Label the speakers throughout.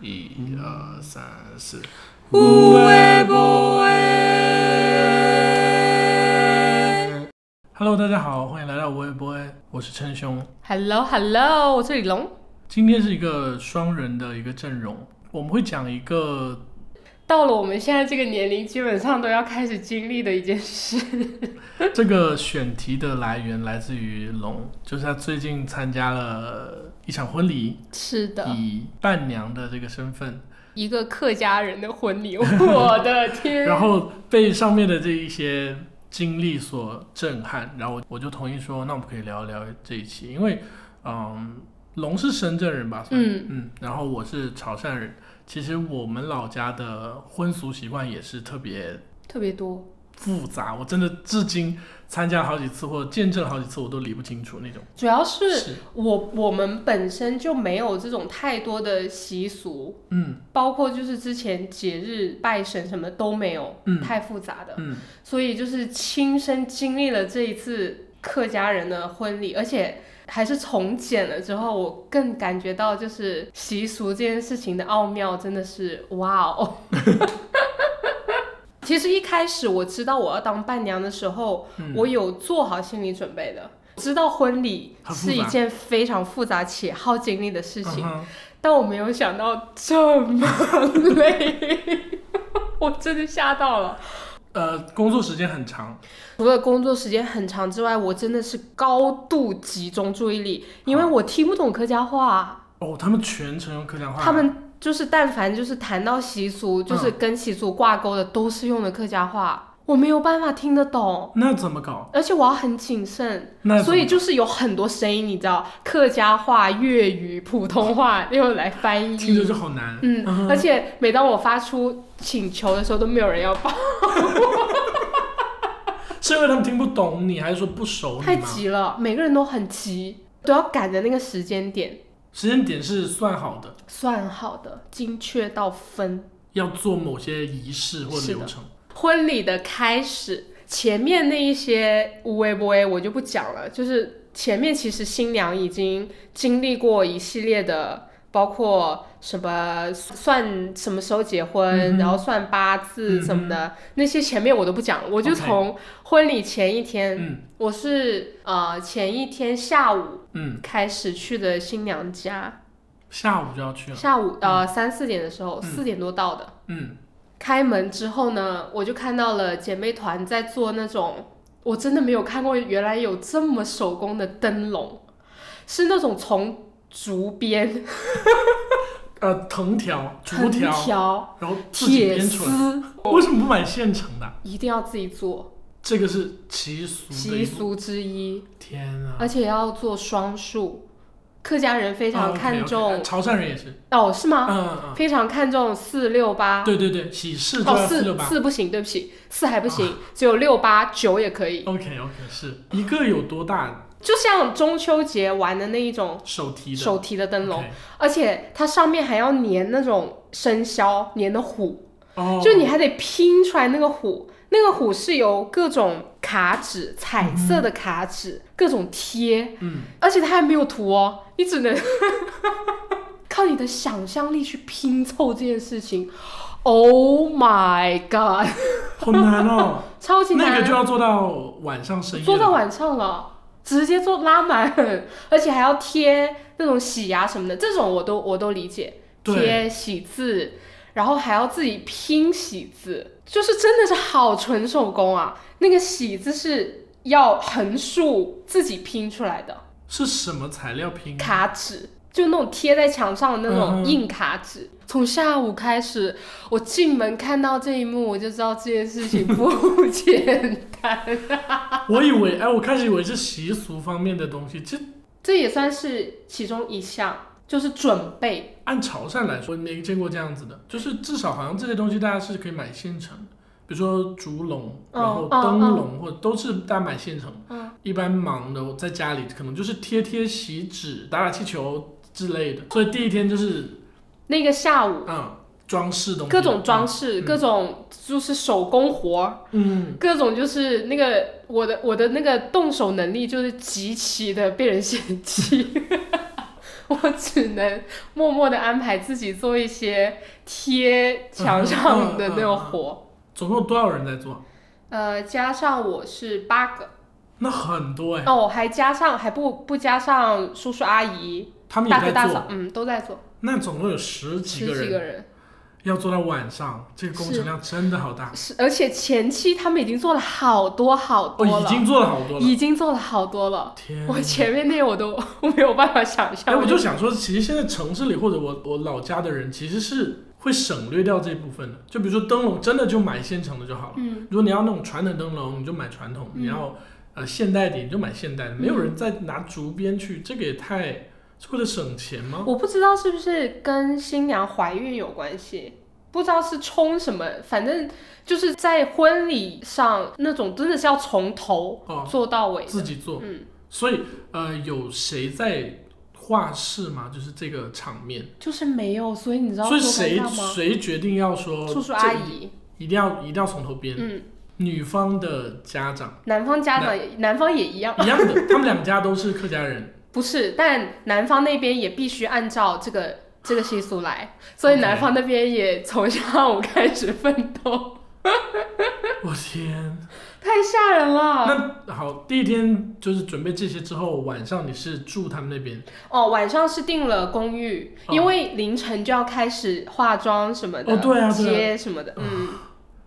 Speaker 1: 一二三四，
Speaker 2: 有诶无诶。
Speaker 1: Hello，大家好，欢迎来到无微不微，我是称兄。
Speaker 2: Hello Hello，我是李龙。
Speaker 1: 今天是一个双人的一个阵容，我们会讲一个
Speaker 2: 到了我们现在这个年龄，基本上都要开始经历的一件 事。
Speaker 1: 这个选题的来源来自于龙，就是他最近参加了一场婚礼，
Speaker 2: 是的，
Speaker 1: 以伴娘的这个身份，
Speaker 2: 一个客家人的 婚礼，我的天！
Speaker 1: 然后被上面的这一些经历所震撼，然后我我就同意说，那我们可以聊一聊这一期，因为嗯，龙是深圳人吧，算是
Speaker 2: 嗯
Speaker 1: 嗯，然后我是潮汕人，其实我们老家的婚俗习惯也是特别
Speaker 2: 特别多，
Speaker 1: 复杂，我真的至今参加好几次或者见证好几次，我都理不清楚那种。
Speaker 2: 主要是我我们本身就没有这种太多的习俗，
Speaker 1: 嗯
Speaker 2: 包括就是之前节日拜神什么都没有，
Speaker 1: 嗯
Speaker 2: 太复杂的。
Speaker 1: 嗯，
Speaker 2: 所以就是亲身经历了这一次客家人的婚礼，而且还是重剪了之后，我更感觉到就是习俗这件事情的奥妙，真的是哇哦！ 其实一开始我知道我要当伴娘的时候，
Speaker 1: 嗯
Speaker 2: 我有做好心理准备的，知道婚礼
Speaker 1: 很复杂
Speaker 2: 是一件非常复杂且耗精力的事情，
Speaker 1: 嗯哼
Speaker 2: 但我没有想到这么 累，我真的吓到了。
Speaker 1: 呃，工作时间很长，
Speaker 2: 除了工作时间很长之外，我真的是高度集中注意力，因为我听不懂客家话。
Speaker 1: 哦，他们全程用客家话，
Speaker 2: 他们就是但凡就是谈到习俗，就是
Speaker 1: 嗯
Speaker 2: 跟习俗挂钩的，都是用的客家话，我没有办法听得懂，
Speaker 1: 那怎么搞？
Speaker 2: 而且我要很谨慎，
Speaker 1: 那
Speaker 2: 所以
Speaker 1: 怎么
Speaker 2: 就是有很多声音，你知道，客家话、粤语、普通话又来翻
Speaker 1: 听着
Speaker 2: 译。
Speaker 1: 就好难。
Speaker 2: 嗯，而且每当我发出请求的时候，都没有人要帮，
Speaker 1: 是因为他们听不懂你，还是说不熟
Speaker 2: 太
Speaker 1: 你吗？
Speaker 2: 急了，每个人都很急，都要赶着那个时间点。
Speaker 1: 时间点是算好的，
Speaker 2: 算好的，精确到分。
Speaker 1: 要做某些仪式或
Speaker 2: 是的
Speaker 1: 流程。
Speaker 2: 婚礼的开始，前面那一些无微不微我就不讲了，就是前面其实新娘已经经历过一系列的，包括什么算什么时候结
Speaker 1: 嗯
Speaker 2: 婚，然后算八字什么的，那些前面我都不讲了，我就
Speaker 1: OK
Speaker 2: 从婚礼前一天
Speaker 1: 嗯
Speaker 2: 我是呃前一天下午
Speaker 1: 嗯，
Speaker 2: 开始去的新娘家，
Speaker 1: 下午就要去了。
Speaker 2: 下午呃三四点的时候，
Speaker 1: 嗯
Speaker 2: 四点多到的。
Speaker 1: 嗯，
Speaker 2: 开门之后呢，我就看到了姐妹团在做那种，我真的没有看过，原来有这么手工的灯笼，是那种从竹编、
Speaker 1: 呃，藤条、竹
Speaker 2: 藤
Speaker 1: 条，
Speaker 2: 条、
Speaker 1: 然后自己
Speaker 2: 铁
Speaker 1: 编出来。
Speaker 2: 丝，
Speaker 1: 为什么不买现成的啊？
Speaker 2: 一定要自己做，
Speaker 1: 这个是习俗的
Speaker 2: 习
Speaker 1: 一部。
Speaker 2: 俗之一，
Speaker 1: 天啊！
Speaker 2: 而且要做双数。客家人非
Speaker 1: 哦
Speaker 2: 常
Speaker 1: ，OK，OK，
Speaker 2: 看重
Speaker 1: 潮汕人也是。
Speaker 2: 哦，是
Speaker 1: 嗯
Speaker 2: 吗？
Speaker 1: 嗯嗯，
Speaker 2: 非常看重四六八。
Speaker 1: 对对对，喜事就
Speaker 2: 哦，
Speaker 1: 要四六
Speaker 2: 四
Speaker 1: 八。啊
Speaker 2: 四不行，对不起，四还不行，只有六八九也可以。
Speaker 1: OK OK，是一个有多大
Speaker 2: 就像中秋节玩的那一种
Speaker 1: 手提的
Speaker 2: 手提的灯笼
Speaker 1: OK
Speaker 2: 而且它上面还要粘那种生肖，粘的虎，
Speaker 1: 哦，
Speaker 2: 就你还得拼出来那个虎。那个虎是由各种卡纸，彩色的卡纸，各种贴，
Speaker 1: 嗯，
Speaker 2: 而且它还没有图哦，你只能 靠你的想象力去拼凑这件事情。Oh my god，
Speaker 1: 好难哦。
Speaker 2: 超级难，
Speaker 1: 那个就要做到晚上深夜了，
Speaker 2: 做到晚上了，直接做拉满， 而且还要贴那种喜牙什么的，这种我都我都理解，
Speaker 1: 对
Speaker 2: 贴喜字，然后还要自己拼喜字，就是真的是好纯手工啊！那个喜字是要横竖自己拼出来的，
Speaker 1: 是什么材料拼？
Speaker 2: 卡纸，就那种贴在墙上的那
Speaker 1: 嗯
Speaker 2: 种
Speaker 1: 哼
Speaker 2: 硬卡纸。从下午开始，我进门看到这一幕，我就知道这件事情不 简单。
Speaker 1: 我以为，哎，我开始以为是习俗方面的东西，这
Speaker 2: 这也算是其中一项，就是准备。
Speaker 1: 按潮汕来说，我没见过这样子的，就是至少好像这些东西大家是可以买现成的，比如说竹笼，
Speaker 2: 嗯
Speaker 1: 然后灯笼，或者都是大家买现成。
Speaker 2: 哦嗯，
Speaker 1: 一般忙的我在家里可能就是贴贴喜纸、打打气球之类的，所以第一天就是
Speaker 2: 那个下午，
Speaker 1: 嗯装饰东西，
Speaker 2: 各种装饰，
Speaker 1: 嗯
Speaker 2: 各种就是手工活儿，
Speaker 1: 嗯，
Speaker 2: 各种就是那个我的我的那个动手能力就是极其的被人嫌弃。 我只能默默的安排自己做一些贴墙上的那种
Speaker 1: 嗯
Speaker 2: 活。
Speaker 1: 总共有多少人在做？嗯
Speaker 2: 呃，加上我是八个，
Speaker 1: 那很多哎、
Speaker 2: 哦，还加上还不不加上叔叔阿姨、
Speaker 1: 他们
Speaker 2: 大哥
Speaker 1: 也
Speaker 2: 大
Speaker 1: 在
Speaker 2: 嫂
Speaker 1: 做，，
Speaker 2: 嗯，都在做，
Speaker 1: 那总共有十几
Speaker 2: 十
Speaker 1: 个
Speaker 2: 几
Speaker 1: 人
Speaker 2: 个人。
Speaker 1: 要做到晚上，这个工
Speaker 2: 是
Speaker 1: 程量真的好大
Speaker 2: 是，而且前期他们已经做了好多好
Speaker 1: 哦，
Speaker 2: 多了，
Speaker 1: 已经做了好多了。
Speaker 2: 已经做了好多了。
Speaker 1: 天，
Speaker 2: 我前面那我都我没有办法想象。
Speaker 1: 哎，我就想说，其实现在城市里或者我我老家的人其实是会省略掉这部分的。就比如说灯笼，真的就买现成的就好了。
Speaker 2: 嗯，
Speaker 1: 如果你要那种传统灯笼，你就买传统；
Speaker 2: 嗯
Speaker 1: 你要呃现代点，你就买现代的。没有人再拿竹编去，这个也太是为了省钱吗？
Speaker 2: 我不知道是不是跟新娘怀孕有关系，不知道是冲什么，反正就是在婚礼上那种真的是要从头
Speaker 1: 哦，
Speaker 2: 做到尾的。
Speaker 1: 自己做。
Speaker 2: 嗯，
Speaker 1: 所以呃，有谁在画室吗？就是这个场面，
Speaker 2: 就是没有，所以你知道
Speaker 1: 所以
Speaker 2: 多尴
Speaker 1: 谁
Speaker 2: 尬吗？
Speaker 1: 谁决定要说
Speaker 2: 叔叔
Speaker 1: 这
Speaker 2: 阿姨，
Speaker 1: 一定要一定要从头编？
Speaker 2: 嗯，
Speaker 1: 女方的家长
Speaker 2: 男方家长也，男方也一样，
Speaker 1: 一样的， 他们两家都是客家人。
Speaker 2: 不是，但男方那边也必须按照这个这个习俗来，所以
Speaker 1: OK
Speaker 2: 男方那边也从下午开始奋 斗，
Speaker 1: 我天，
Speaker 2: 太吓人了。
Speaker 1: 那好，第一天就是准备这些之后，晚上你是住他们那边？
Speaker 2: 哦，晚上是订了公寓，
Speaker 1: 哦
Speaker 2: 因为凌晨就要开始化妆什么的，
Speaker 1: 哦对啊对啊
Speaker 2: 接什么的，嗯，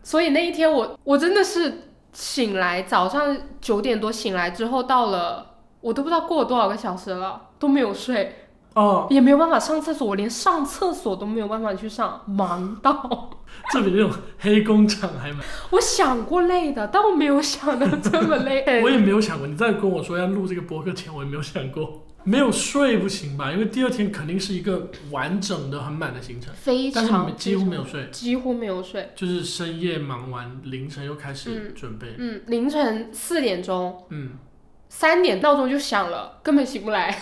Speaker 2: 所以那一天我我真的是醒来，早上九点多醒来之后，到了我都不知道过了多少个小时了，都没有睡，
Speaker 1: 哦，
Speaker 2: 也没有办法上厕所，我连上厕所都没有办法去上，忙到
Speaker 1: 这比那种黑工厂还蛮……
Speaker 2: 我想过累的，但我没有想到这么
Speaker 1: 我
Speaker 2: 累，
Speaker 1: 也没有想过，你在跟我说要录这个播客前，我也没有想过，没有睡不行吧？因为第二天肯定是一个完整的、很满的行程，
Speaker 2: 非
Speaker 1: 但是你
Speaker 2: 常
Speaker 1: 们几乎没有
Speaker 2: 非
Speaker 1: 睡，
Speaker 2: 常几乎没有睡，
Speaker 1: 就是深夜忙完，凌晨又开始准备。
Speaker 2: 嗯，凌晨四点钟。
Speaker 1: 嗯，
Speaker 2: 三点闹钟就响了，根本醒 不来，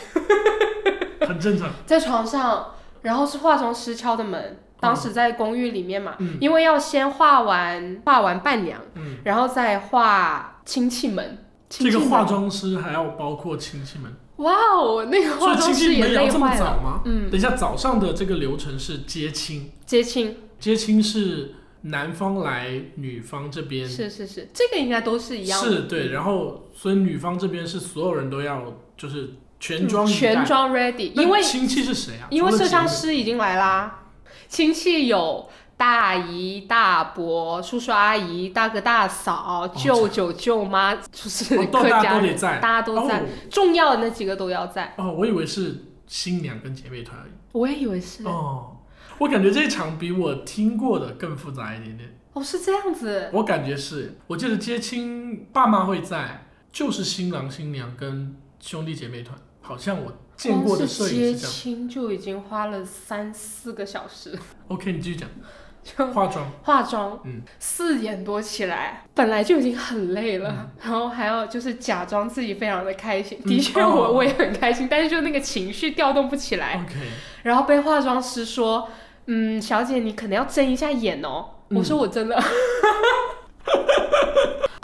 Speaker 1: 很正常。
Speaker 2: 在床上，然后是化妆师敲的门，当时在公寓里面嘛，
Speaker 1: 嗯
Speaker 2: 因为要先画完画完伴娘，
Speaker 1: 嗯，
Speaker 2: 然后再画亲戚们。
Speaker 1: 这
Speaker 2: 亲戚
Speaker 1: 个
Speaker 2: 们
Speaker 1: 化，妆师还要包括亲戚们，
Speaker 2: 哇哦，那个
Speaker 1: 所
Speaker 2: 化
Speaker 1: 以
Speaker 2: 妆
Speaker 1: 亲
Speaker 2: 师
Speaker 1: 戚
Speaker 2: 也
Speaker 1: 们也
Speaker 2: 累
Speaker 1: 要这么
Speaker 2: 坏了。
Speaker 1: 早吗？
Speaker 2: 嗯，
Speaker 1: 等一下，早上的这个流程是接亲，
Speaker 2: 接亲
Speaker 1: 接亲是男方来女方这边
Speaker 2: 是是是，这个应该都是一样的，
Speaker 1: 嗯是对，然后所以女方这边是所有人都要就是全装以待
Speaker 2: 嗯全。装 ready，
Speaker 1: 那
Speaker 2: 因为
Speaker 1: 亲戚是谁啊？
Speaker 2: 因为
Speaker 1: 除了
Speaker 2: 摄像
Speaker 1: 姐妹
Speaker 2: 师已经来啦，亲戚有大姨、大伯、叔叔阿姨、大哥大嫂、舅舅舅妈，就是
Speaker 1: 哦，都
Speaker 2: 客
Speaker 1: 大
Speaker 2: 家
Speaker 1: 家都得
Speaker 2: 人，
Speaker 1: 在，
Speaker 2: 大家都在，
Speaker 1: 哦。
Speaker 2: 重要的那几个都要在。
Speaker 1: 哦，我以为是新娘跟姐妹团而已。
Speaker 2: 我也以为是，哦，
Speaker 1: 哦，我感觉这一场比我听过的更复杂一点点。
Speaker 2: 哦是这样子，
Speaker 1: 我感觉是，我记得接亲爸妈会在，就是新郎新娘跟兄弟姐妹团，好像我见过的
Speaker 2: 光
Speaker 1: 摄
Speaker 2: 哦是
Speaker 1: 影
Speaker 2: 接
Speaker 1: 是这样。
Speaker 2: 亲就已经花了三四个小时，
Speaker 1: OK，你继续讲
Speaker 2: 就
Speaker 1: 化妆。
Speaker 2: 化妆，
Speaker 1: 嗯
Speaker 2: 四点多起来，本来就已经很累了，然后还要就是假装自己非常的开心。
Speaker 1: 嗯
Speaker 2: 的确我，
Speaker 1: 哦
Speaker 2: 我、也很开心，但是就那个情绪调动不起来，
Speaker 1: OK，
Speaker 2: 然后被化妆师说，嗯，小姐你可能要睁一下眼哦。
Speaker 1: 嗯
Speaker 2: 我说我真的。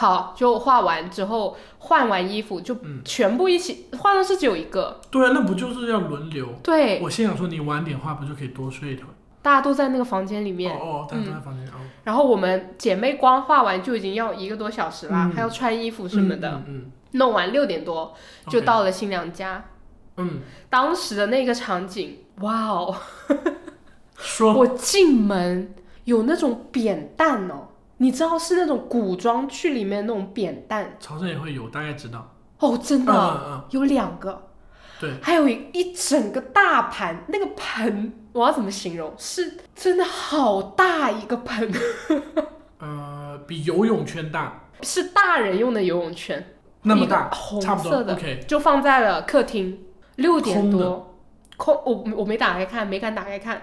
Speaker 2: 好，就化完之后换完衣服就
Speaker 1: 嗯
Speaker 2: 全部一起，化妆师只有一个，
Speaker 1: 对啊，那不就是要轮流？
Speaker 2: 对，
Speaker 1: 我心想说，你晚点画不就可以多睡一会儿？
Speaker 2: 大家都在那个房间里面。嗯
Speaker 1: 哦哦，大家都在房间、哦，
Speaker 2: 然后我们姐妹光化完就已经要一个多小时啦，
Speaker 1: 嗯
Speaker 2: 还要穿衣服什么的，
Speaker 1: 嗯，嗯
Speaker 2: 弄完六点多
Speaker 1: 嗯
Speaker 2: 就
Speaker 1: OK
Speaker 2: 到了新娘家。
Speaker 1: 嗯，
Speaker 2: 当时的那个场景，哇哦！
Speaker 1: 说
Speaker 2: 我进门有那种扁担哦，你知道是那种古装剧里面那种扁担
Speaker 1: 潮汕也会有，大概知道。
Speaker 2: 哦，真
Speaker 1: 嗯
Speaker 2: 的、
Speaker 1: 嗯
Speaker 2: 有两个，
Speaker 1: 嗯，对，
Speaker 2: 还有一一整个大盘，那个盆我要怎么形容？是真的好大一个盆，
Speaker 1: 呃，比游泳圈大，
Speaker 2: 是大人用的游泳圈。
Speaker 1: 那么大
Speaker 2: 一个，红
Speaker 1: 差不多
Speaker 2: 色。的，
Speaker 1: OK，
Speaker 2: 就放在了客厅，六点多，空我我没打开看，没敢打开看。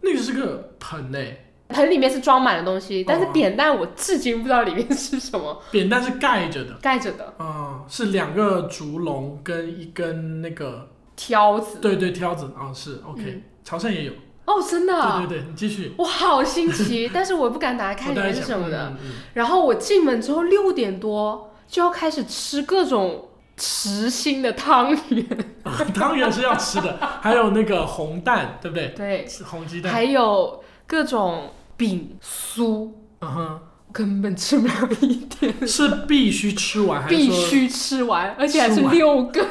Speaker 1: 那个是个盆欸诶，
Speaker 2: 盆里面是装满了东西，但是
Speaker 1: 哦
Speaker 2: 扁担我至今不知道里面是什么，
Speaker 1: 扁担是盖着的，
Speaker 2: 盖着的
Speaker 1: 嗯，是两个竹笼跟一根那个，
Speaker 2: 挑子。
Speaker 1: 对对，挑子啊、是 OK，、潮汕也有，
Speaker 2: 嗯哦，真的啊，
Speaker 1: 对对对，你继续，
Speaker 2: 我好新 奇，但是我不敢打开
Speaker 1: 我
Speaker 2: 看里
Speaker 1: 大概
Speaker 2: 面是
Speaker 1: 讲
Speaker 2: 什么的。
Speaker 1: 嗯嗯嗯
Speaker 2: 然后我进门之后六点多就要开始吃各种实心的汤圆，
Speaker 1: 汤嗯圆是要吃的， 还有那个红蛋，对不对？
Speaker 2: 对，
Speaker 1: 红鸡蛋，
Speaker 2: 还有各种饼酥，
Speaker 1: 嗯哼，
Speaker 2: 根本吃不了一点，
Speaker 1: 是必须吃完，还是
Speaker 2: 必
Speaker 1: 说
Speaker 2: 须吃完，而且还是
Speaker 1: 吃完
Speaker 2: 六个，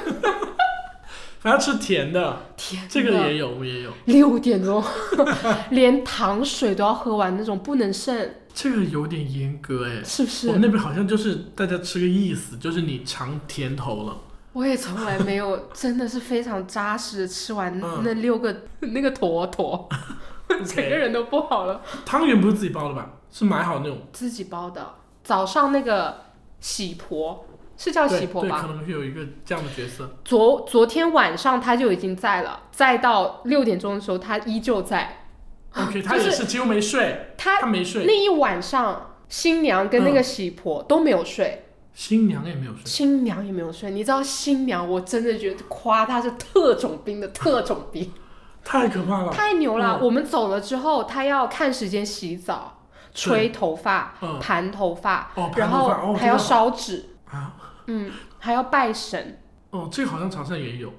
Speaker 1: 还要吃甜的？
Speaker 2: 天哪，
Speaker 1: 这个也有，我也有。
Speaker 2: 六点钟， 连糖水都要喝完那种，不能剩，
Speaker 1: 这个有点严格哎，
Speaker 2: 是不
Speaker 1: 我
Speaker 2: 是
Speaker 1: 们？那边好像就是大家吃个意思，就是你尝甜头 了。
Speaker 2: 我也从来没有，真的是非常扎实的吃完
Speaker 1: 嗯
Speaker 2: 那六个、那个坨坨，整个
Speaker 1: OK，
Speaker 2: 人都不好了。
Speaker 1: 汤圆不是自己包的吧？是买好那种，
Speaker 2: 自己包的，早上那个喜婆是叫
Speaker 1: 对
Speaker 2: 喜婆
Speaker 1: 对，
Speaker 2: 吧
Speaker 1: 可？能有一个这样的角色。
Speaker 2: 昨昨天晚上他就已经在了，在到六点钟的时候他依旧在，
Speaker 1: OK，他也是几乎没睡，
Speaker 2: 他
Speaker 1: 他没睡，
Speaker 2: 那一晚上新娘跟那
Speaker 1: 嗯
Speaker 2: 个喜婆都没有睡。
Speaker 1: 新娘也没有睡。
Speaker 2: 新娘也没有睡，你知道新娘，我真的觉得夸她是特种兵的特种 兵，
Speaker 1: 太可怕了。
Speaker 2: 太牛
Speaker 1: 嗯
Speaker 2: 了。我们走了之后，她要看时间洗澡、吹头发、
Speaker 1: 嗯，
Speaker 2: 盘头发，
Speaker 1: 哦，盘
Speaker 2: 然
Speaker 1: 头
Speaker 2: 后
Speaker 1: 发哦，
Speaker 2: 还要
Speaker 1: 知
Speaker 2: 烧纸，
Speaker 1: 道啊，
Speaker 2: 嗯，还要拜神，
Speaker 1: 哦，这个好像潮汕也有，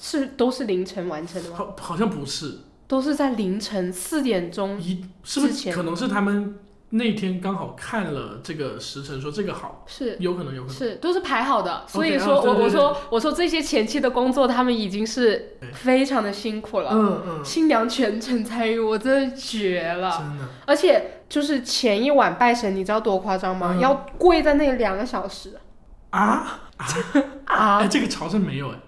Speaker 2: 是都是凌晨完成的吗？
Speaker 1: 好，好像不是，
Speaker 2: 都是在凌晨四点钟，
Speaker 1: 一是不
Speaker 2: 嗯
Speaker 1: 是
Speaker 2: 之前
Speaker 1: 可能是他们那天刚好看了这个时辰，说这个好，
Speaker 2: 是
Speaker 1: 有可能，有可能。
Speaker 2: 是都是排好的。所以
Speaker 1: OK，啊
Speaker 2: 说
Speaker 1: 对
Speaker 2: 我
Speaker 1: 对
Speaker 2: 我
Speaker 1: 对
Speaker 2: 说我说这些前期的工作，他们已经是
Speaker 1: 对
Speaker 2: 非常的辛苦了。
Speaker 1: 嗯嗯，
Speaker 2: 新娘全程参与，我真的绝了。
Speaker 1: 真的，
Speaker 2: 而且就是前一晚拜神，你知道多夸张吗？
Speaker 1: 嗯
Speaker 2: 要跪在那里两个小时
Speaker 1: 啊啊！哎，
Speaker 2: 啊！
Speaker 1: 这个潮汕没有哎，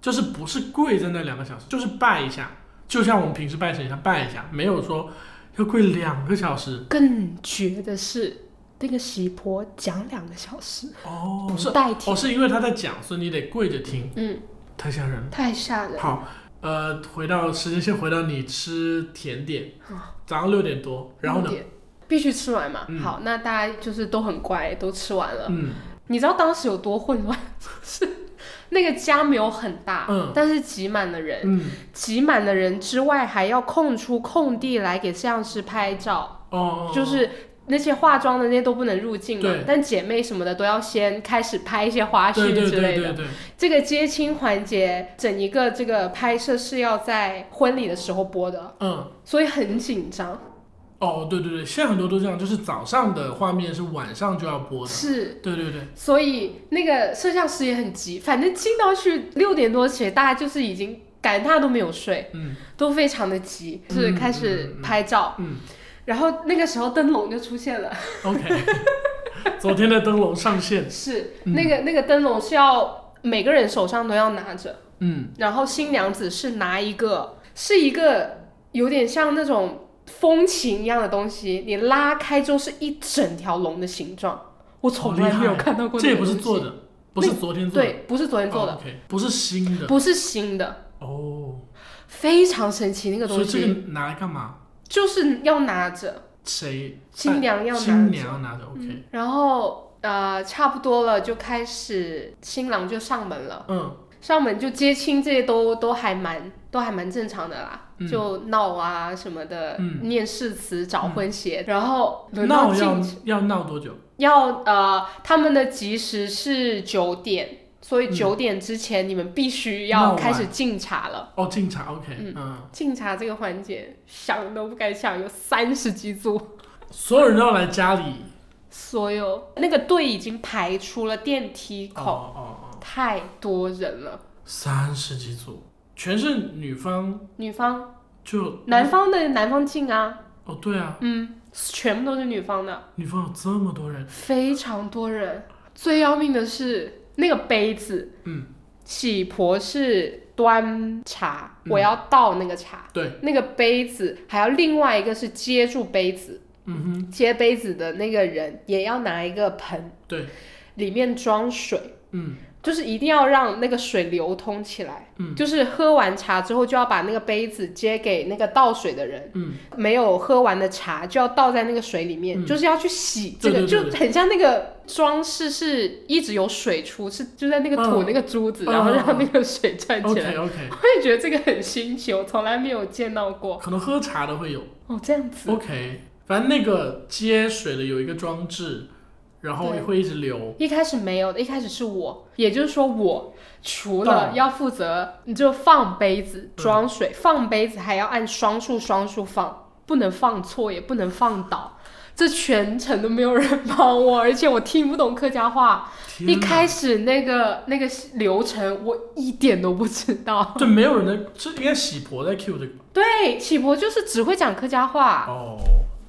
Speaker 1: 就是不是跪在那两个小时，就是拜一下，就像我们平时拜神一样拜一下，没有说要跪两个小时
Speaker 2: 更绝的是，那个喜婆讲两个小时，
Speaker 1: 哦，是
Speaker 2: 不代替
Speaker 1: 哦，，是因为他在讲，所以你得跪着听，
Speaker 2: 嗯，
Speaker 1: 太吓人了。
Speaker 2: 太吓人了。
Speaker 1: 好，呃，回到时间线，回到你吃甜点，
Speaker 2: 哦
Speaker 1: 早上六点多，然后呢
Speaker 2: 重？点？必须吃完嘛。
Speaker 1: 嗯
Speaker 2: 好，那大家就是都很乖，都吃完了。
Speaker 1: 嗯，
Speaker 2: 你知道当时有多混乱？是 那个家没有很大，
Speaker 1: 嗯
Speaker 2: 但是挤满了人，
Speaker 1: 嗯，
Speaker 2: 挤满了人之外，还要空出空地来给摄像师拍照。
Speaker 1: 哦，
Speaker 2: 就是那些化妆的那些都不能入境嘛
Speaker 1: 对，
Speaker 2: 但姐妹什么的都要先开始拍一些花絮之
Speaker 1: 对
Speaker 2: 类
Speaker 1: 对
Speaker 2: 的。
Speaker 1: 对对对，
Speaker 2: 这个接亲环节，整一个这个拍摄是要在婚礼的时候播的，
Speaker 1: 嗯，
Speaker 2: 所以很紧张。
Speaker 1: 哦，对对对，现在很多都这样，就是早上的画面是晚上就要播的，
Speaker 2: 是，
Speaker 1: 对对对，
Speaker 2: 所以那个摄像师也很急，反正进到去六点多起，大家就是已经赶大家都没有睡，
Speaker 1: 嗯
Speaker 2: 都非常的急，
Speaker 1: 嗯
Speaker 2: 是开始拍照。
Speaker 1: 嗯
Speaker 2: 然后那个时候灯笼就出现了，
Speaker 1: ，OK，昨天的灯笼上线，
Speaker 2: 是、
Speaker 1: 嗯
Speaker 2: 那个那个灯笼是要每个人手上都要拿着。
Speaker 1: 嗯，
Speaker 2: 然后新娘子是拿一个，是一个有点像那种风琴一样的东西，你拉开之后是一整条龙的形状。我从来没有看到过
Speaker 1: 这
Speaker 2: 那
Speaker 1: 也
Speaker 2: 个
Speaker 1: 不
Speaker 2: 东西，
Speaker 1: 是做的，不是昨天做的，
Speaker 2: 对，不是昨天做的，
Speaker 1: o k 不是新的，
Speaker 2: 不是新的，
Speaker 1: 哦，
Speaker 2: 非常神奇那个
Speaker 1: 所
Speaker 2: 东
Speaker 1: 以这个
Speaker 2: 西，
Speaker 1: 拿来干嘛？
Speaker 2: 就是要拿着，
Speaker 1: 谁？
Speaker 2: 新娘要拿着，
Speaker 1: 新娘要拿着，OK，
Speaker 2: 然后呃差不多了就开始新郎就上门了。
Speaker 1: 嗯
Speaker 2: 上门就接亲这些都都还蛮都还蛮正常的啦，
Speaker 1: 嗯
Speaker 2: 就闹啊什么的，
Speaker 1: 嗯
Speaker 2: 念誓词、找婚鞋，然后轮到
Speaker 1: 闹
Speaker 2: 进
Speaker 1: 要要闹多久？
Speaker 2: 要呃他们的吉时是九点，所以
Speaker 1: 嗯
Speaker 2: 九点之前你们必须
Speaker 1: 闹
Speaker 2: 要
Speaker 1: 完
Speaker 2: 开始敬茶了。
Speaker 1: 哦，敬茶，OK，
Speaker 2: 嗯
Speaker 1: 嗯，
Speaker 2: 敬茶这个环节想都不敢想，有三十几组，
Speaker 1: 所有人都要来家里，
Speaker 2: 所有那个队已经排出了电梯
Speaker 1: 哦
Speaker 2: 口，
Speaker 1: 哦哦，
Speaker 2: 太多人了。
Speaker 1: 三十几组，全是女方，
Speaker 2: 女方、
Speaker 1: 就
Speaker 2: 男方的男方敬啊，
Speaker 1: 哦，对啊，
Speaker 2: 嗯，全部都是女方的。
Speaker 1: 女方有这么多人，
Speaker 2: 非常多人。最要命的是那个杯子，
Speaker 1: 嗯，
Speaker 2: 喜婆是端茶，
Speaker 1: 嗯
Speaker 2: 我要倒那个茶。
Speaker 1: 对，
Speaker 2: 那个杯子还要另外一个是接住杯子，
Speaker 1: 嗯哼，
Speaker 2: 接杯子的那个人也要拿一个盆，
Speaker 1: 对，
Speaker 2: 里面装水，
Speaker 1: 嗯
Speaker 2: 就是一定要让那个水流通起来。
Speaker 1: 嗯
Speaker 2: 就是喝完茶之后就要把那个杯子接给那个倒水的人，
Speaker 1: 嗯，
Speaker 2: 没有喝完的茶就要倒在那个水里面，
Speaker 1: 嗯
Speaker 2: 就是要去洗这
Speaker 1: 对对
Speaker 2: 个，
Speaker 1: 对
Speaker 2: 就很像那个装饰是一直有水出，是就在那个吐
Speaker 1: 嗯
Speaker 2: 那个珠子，
Speaker 1: 嗯
Speaker 2: 然后
Speaker 1: 嗯
Speaker 2: 让
Speaker 1: 嗯
Speaker 2: 那个水转起来。
Speaker 1: ，OK OK，
Speaker 2: 我也觉得这个很新奇，我从来没有见到过。
Speaker 1: 可能喝茶的会有
Speaker 2: 哦，这样子，
Speaker 1: ，OK，反正那个接水的有一个装置，然后
Speaker 2: 对
Speaker 1: 会一直流。
Speaker 2: 一开始没有的，一开始是我，也就是说我除了
Speaker 1: 懂
Speaker 2: 要负责，你就放杯子
Speaker 1: 嗯
Speaker 2: 装水，放杯子还要按双数双数放，不能放错，也不能放倒。这全程都没有人帮我，而且我听不懂客家话。一
Speaker 1: 天哪
Speaker 2: 开始那个那个流程我一点都不知道。
Speaker 1: 对，没有人在，这应该喜婆在 Q 这个吧
Speaker 2: 对，启博就是只会讲客家话，
Speaker 1: 哦，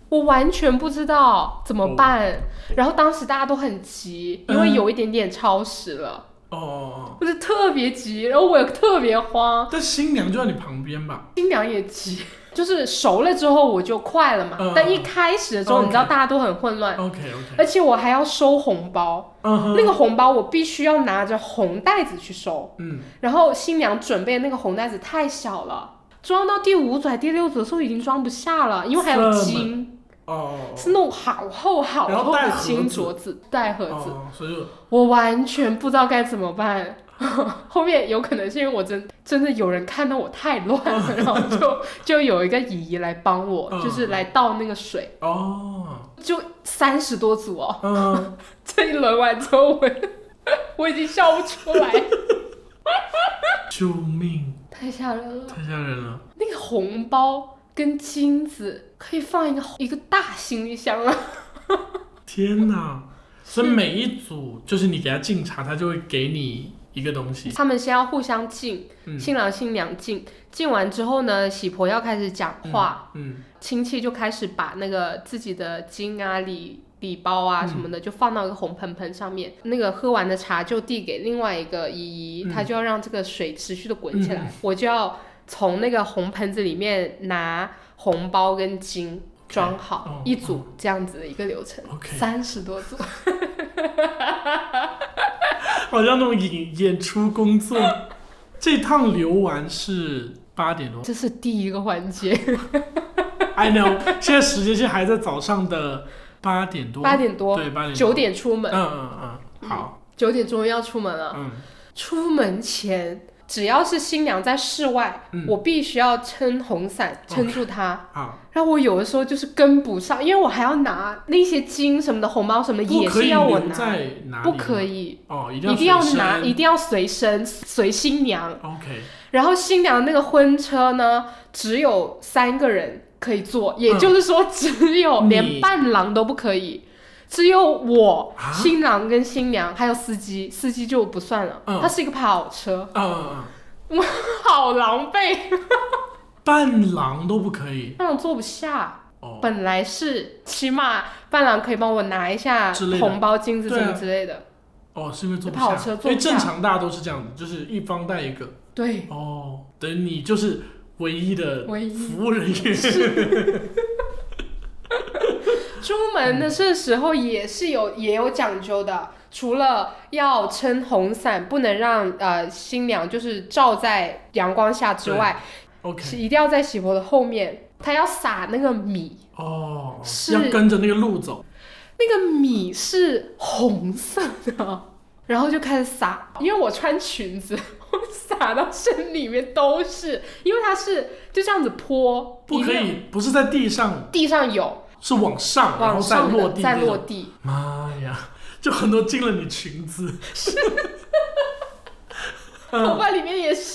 Speaker 2: 我完全不知道怎么办。然后当时大家都很急，因为
Speaker 1: 嗯
Speaker 2: 有一点点超时了。
Speaker 1: 哦哦，
Speaker 2: 我就特别急，然后我也特别
Speaker 1: 哦
Speaker 2: 慌，
Speaker 1: 但新娘就在你旁边吧？
Speaker 2: 新娘也急， 就是熟了之后我就快了嘛。
Speaker 1: 嗯
Speaker 2: 但一开始的时候，
Speaker 1: OK
Speaker 2: 你知道大家都很混乱，
Speaker 1: OK OK，
Speaker 2: 而且我还要收红包，
Speaker 1: 嗯哼，
Speaker 2: 哎那个红包我必须要拿着红袋子去收，
Speaker 1: 嗯，
Speaker 2: 然后新娘准备的那个红袋子太小了。装到第五组还是第六组的时候已经装不下了，因为还有
Speaker 1: 这么
Speaker 2: 金，
Speaker 1: 哦，
Speaker 2: 是那种好厚好
Speaker 1: 然
Speaker 2: 厚
Speaker 1: 后带
Speaker 2: 的
Speaker 1: 盒
Speaker 2: 金
Speaker 1: 子
Speaker 2: 镯子，带盒子。
Speaker 1: 哦，所以就
Speaker 2: 我完全不知道该怎么办。 后面有可能是因为我真真的有人看到我太乱了，然后就就有一个姨姨来帮我，
Speaker 1: 嗯
Speaker 2: 就是来倒那个水，
Speaker 1: 哦，
Speaker 2: 就三十多组哦。
Speaker 1: 嗯，
Speaker 2: 这一轮完之后，我 我已经笑不出来，
Speaker 1: 救命，
Speaker 2: 太吓人了。
Speaker 1: 太吓人了。
Speaker 2: 那个红包跟金子可以放一个一个大行李箱啊。
Speaker 1: 天哪！所以每一组就是你给他敬茶，他就会给你一个东西。
Speaker 2: 他们先要互相敬，
Speaker 1: 嗯
Speaker 2: 新郎新娘敬，敬完之后呢，喜婆要开始讲话。
Speaker 1: 嗯，
Speaker 2: 亲戚就开始把那个自己的金啊、礼礼包
Speaker 1: 嗯
Speaker 2: 啊什么的，就放到一个红盆盆上面。那个喝完的茶就递给另外一个姨姨，
Speaker 1: 嗯
Speaker 2: 她就要让这个水持续的滚起来，我就要从那个红盆子里面拿红包跟金装好、
Speaker 1: 哦
Speaker 2: 一组这样子的一个流程
Speaker 1: 嗯 OK
Speaker 2: 三十多组。
Speaker 1: 好像那种演演出工作。这趟流完是八点多
Speaker 2: 这是第一个环节，
Speaker 1: ，I know，现在时间现在还在早上的八点多，
Speaker 2: 八点多，
Speaker 1: 对八点多
Speaker 2: 九，点出
Speaker 1: 嗯
Speaker 2: 门，
Speaker 1: 嗯嗯，好，
Speaker 2: 九点钟要出门了。
Speaker 1: 嗯
Speaker 2: 出门前，只要是新娘在室外，
Speaker 1: 嗯哦
Speaker 2: 我必须要撑红伞撑住她。
Speaker 1: 好，
Speaker 2: 然后我有的时候就是跟不上，因为我还要拿那些金什么的、红包什么的，
Speaker 1: 不
Speaker 2: 也
Speaker 1: 可
Speaker 2: 是
Speaker 1: 以
Speaker 2: 要我
Speaker 1: 留
Speaker 2: 拿，
Speaker 1: 在哪里？
Speaker 2: 不可
Speaker 1: 以
Speaker 2: 以，
Speaker 1: 哦，一定要
Speaker 2: 一定要
Speaker 1: 随身
Speaker 2: 拿，一定要随身随新娘。
Speaker 1: OK，
Speaker 2: 然后新娘那个婚车呢，只有三个人可以坐，也就是说只有
Speaker 1: 嗯你
Speaker 2: 连伴郎都不可以，只有我、
Speaker 1: 啊
Speaker 2: 新郎跟新娘还有司机，司机就不算了，
Speaker 1: 嗯
Speaker 2: 它是一个跑车，
Speaker 1: 嗯嗯
Speaker 2: 好狼狈，
Speaker 1: 嗯，伴郎都不可以
Speaker 2: 伴郎坐不下。
Speaker 1: 哦，
Speaker 2: 本来是起码伴郎可以帮我拿一下
Speaker 1: 之类的
Speaker 2: 红包、金子什
Speaker 1: 对啊
Speaker 2: 么之类的，
Speaker 1: 哦，是因为坐不
Speaker 2: 跑
Speaker 1: 下，
Speaker 2: 车坐
Speaker 1: 因为
Speaker 2: 不下
Speaker 1: 正常大家都是这样子，就是一方带一个。
Speaker 2: 对，
Speaker 1: 哦，等于你就是唯一的
Speaker 2: 唯一
Speaker 1: 服务人员。
Speaker 2: 出门的这时候也是有也有讲究的，除了要撑红伞，不能让呃新娘就是照在阳光下之外，是
Speaker 1: OK，
Speaker 2: 一定要在喜婆的后面，她要撒那个米，
Speaker 1: 哦，
Speaker 2: 是
Speaker 1: 要跟着那个路走。
Speaker 2: 那个米是红色的， 然后就开始撒，因为我穿裙子， 我撒到身里面都是，因为它是就这样子泼，
Speaker 1: 不可
Speaker 2: 一定要，
Speaker 1: 以，不是在地上，
Speaker 2: 地上有，
Speaker 1: 是往上，然
Speaker 2: 往
Speaker 1: 后再
Speaker 2: 上
Speaker 1: 落
Speaker 2: 的
Speaker 1: 地。
Speaker 2: 再落。地，
Speaker 1: 妈呀，就很多进了你裙子。嗯
Speaker 2: 头发里面也是。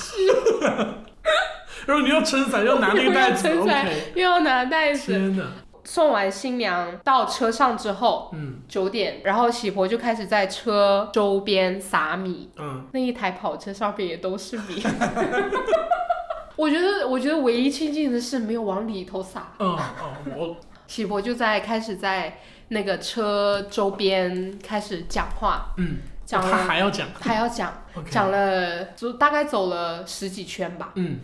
Speaker 1: 然后你要撑伞，要拿那个袋子。
Speaker 2: 我要撑伞
Speaker 1: OK。
Speaker 2: 又要拿袋子。
Speaker 1: 天哪，
Speaker 2: 送完新娘到车上之后，
Speaker 1: 嗯
Speaker 2: 九点，然后喜婆就开始在车周边撒米，
Speaker 1: 嗯，
Speaker 2: 那一台跑车上面也都是米。 我觉得，我觉得唯一庆幸的是没有往里头撒。
Speaker 1: 哦哦，我
Speaker 2: 喜婆就在开始在那个车周边开始讲话，
Speaker 1: 嗯，
Speaker 2: 讲
Speaker 1: 他
Speaker 2: 了，
Speaker 1: 还要讲
Speaker 2: 她要讲，
Speaker 1: ，OK，
Speaker 2: 讲了就大概走了十几圈吧。
Speaker 1: 嗯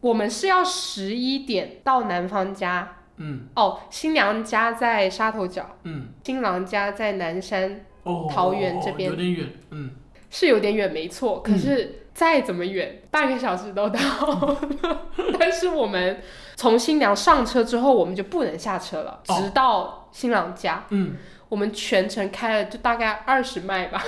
Speaker 2: 我们是要十一点到男方家，
Speaker 1: 嗯
Speaker 2: 哦，新娘家在沙头角，
Speaker 1: 嗯，
Speaker 2: 新郎家在南山，
Speaker 1: 哦，
Speaker 2: 桃园这边
Speaker 1: 有点远，嗯，
Speaker 2: 是有点远没错，可是再怎么远，半个小时都到。 但是我们从新娘上车之后，我们就不能下车了，
Speaker 1: 哦
Speaker 2: 直到新郎家。
Speaker 1: 嗯，
Speaker 2: 我们全程开了就大概二十迈吧，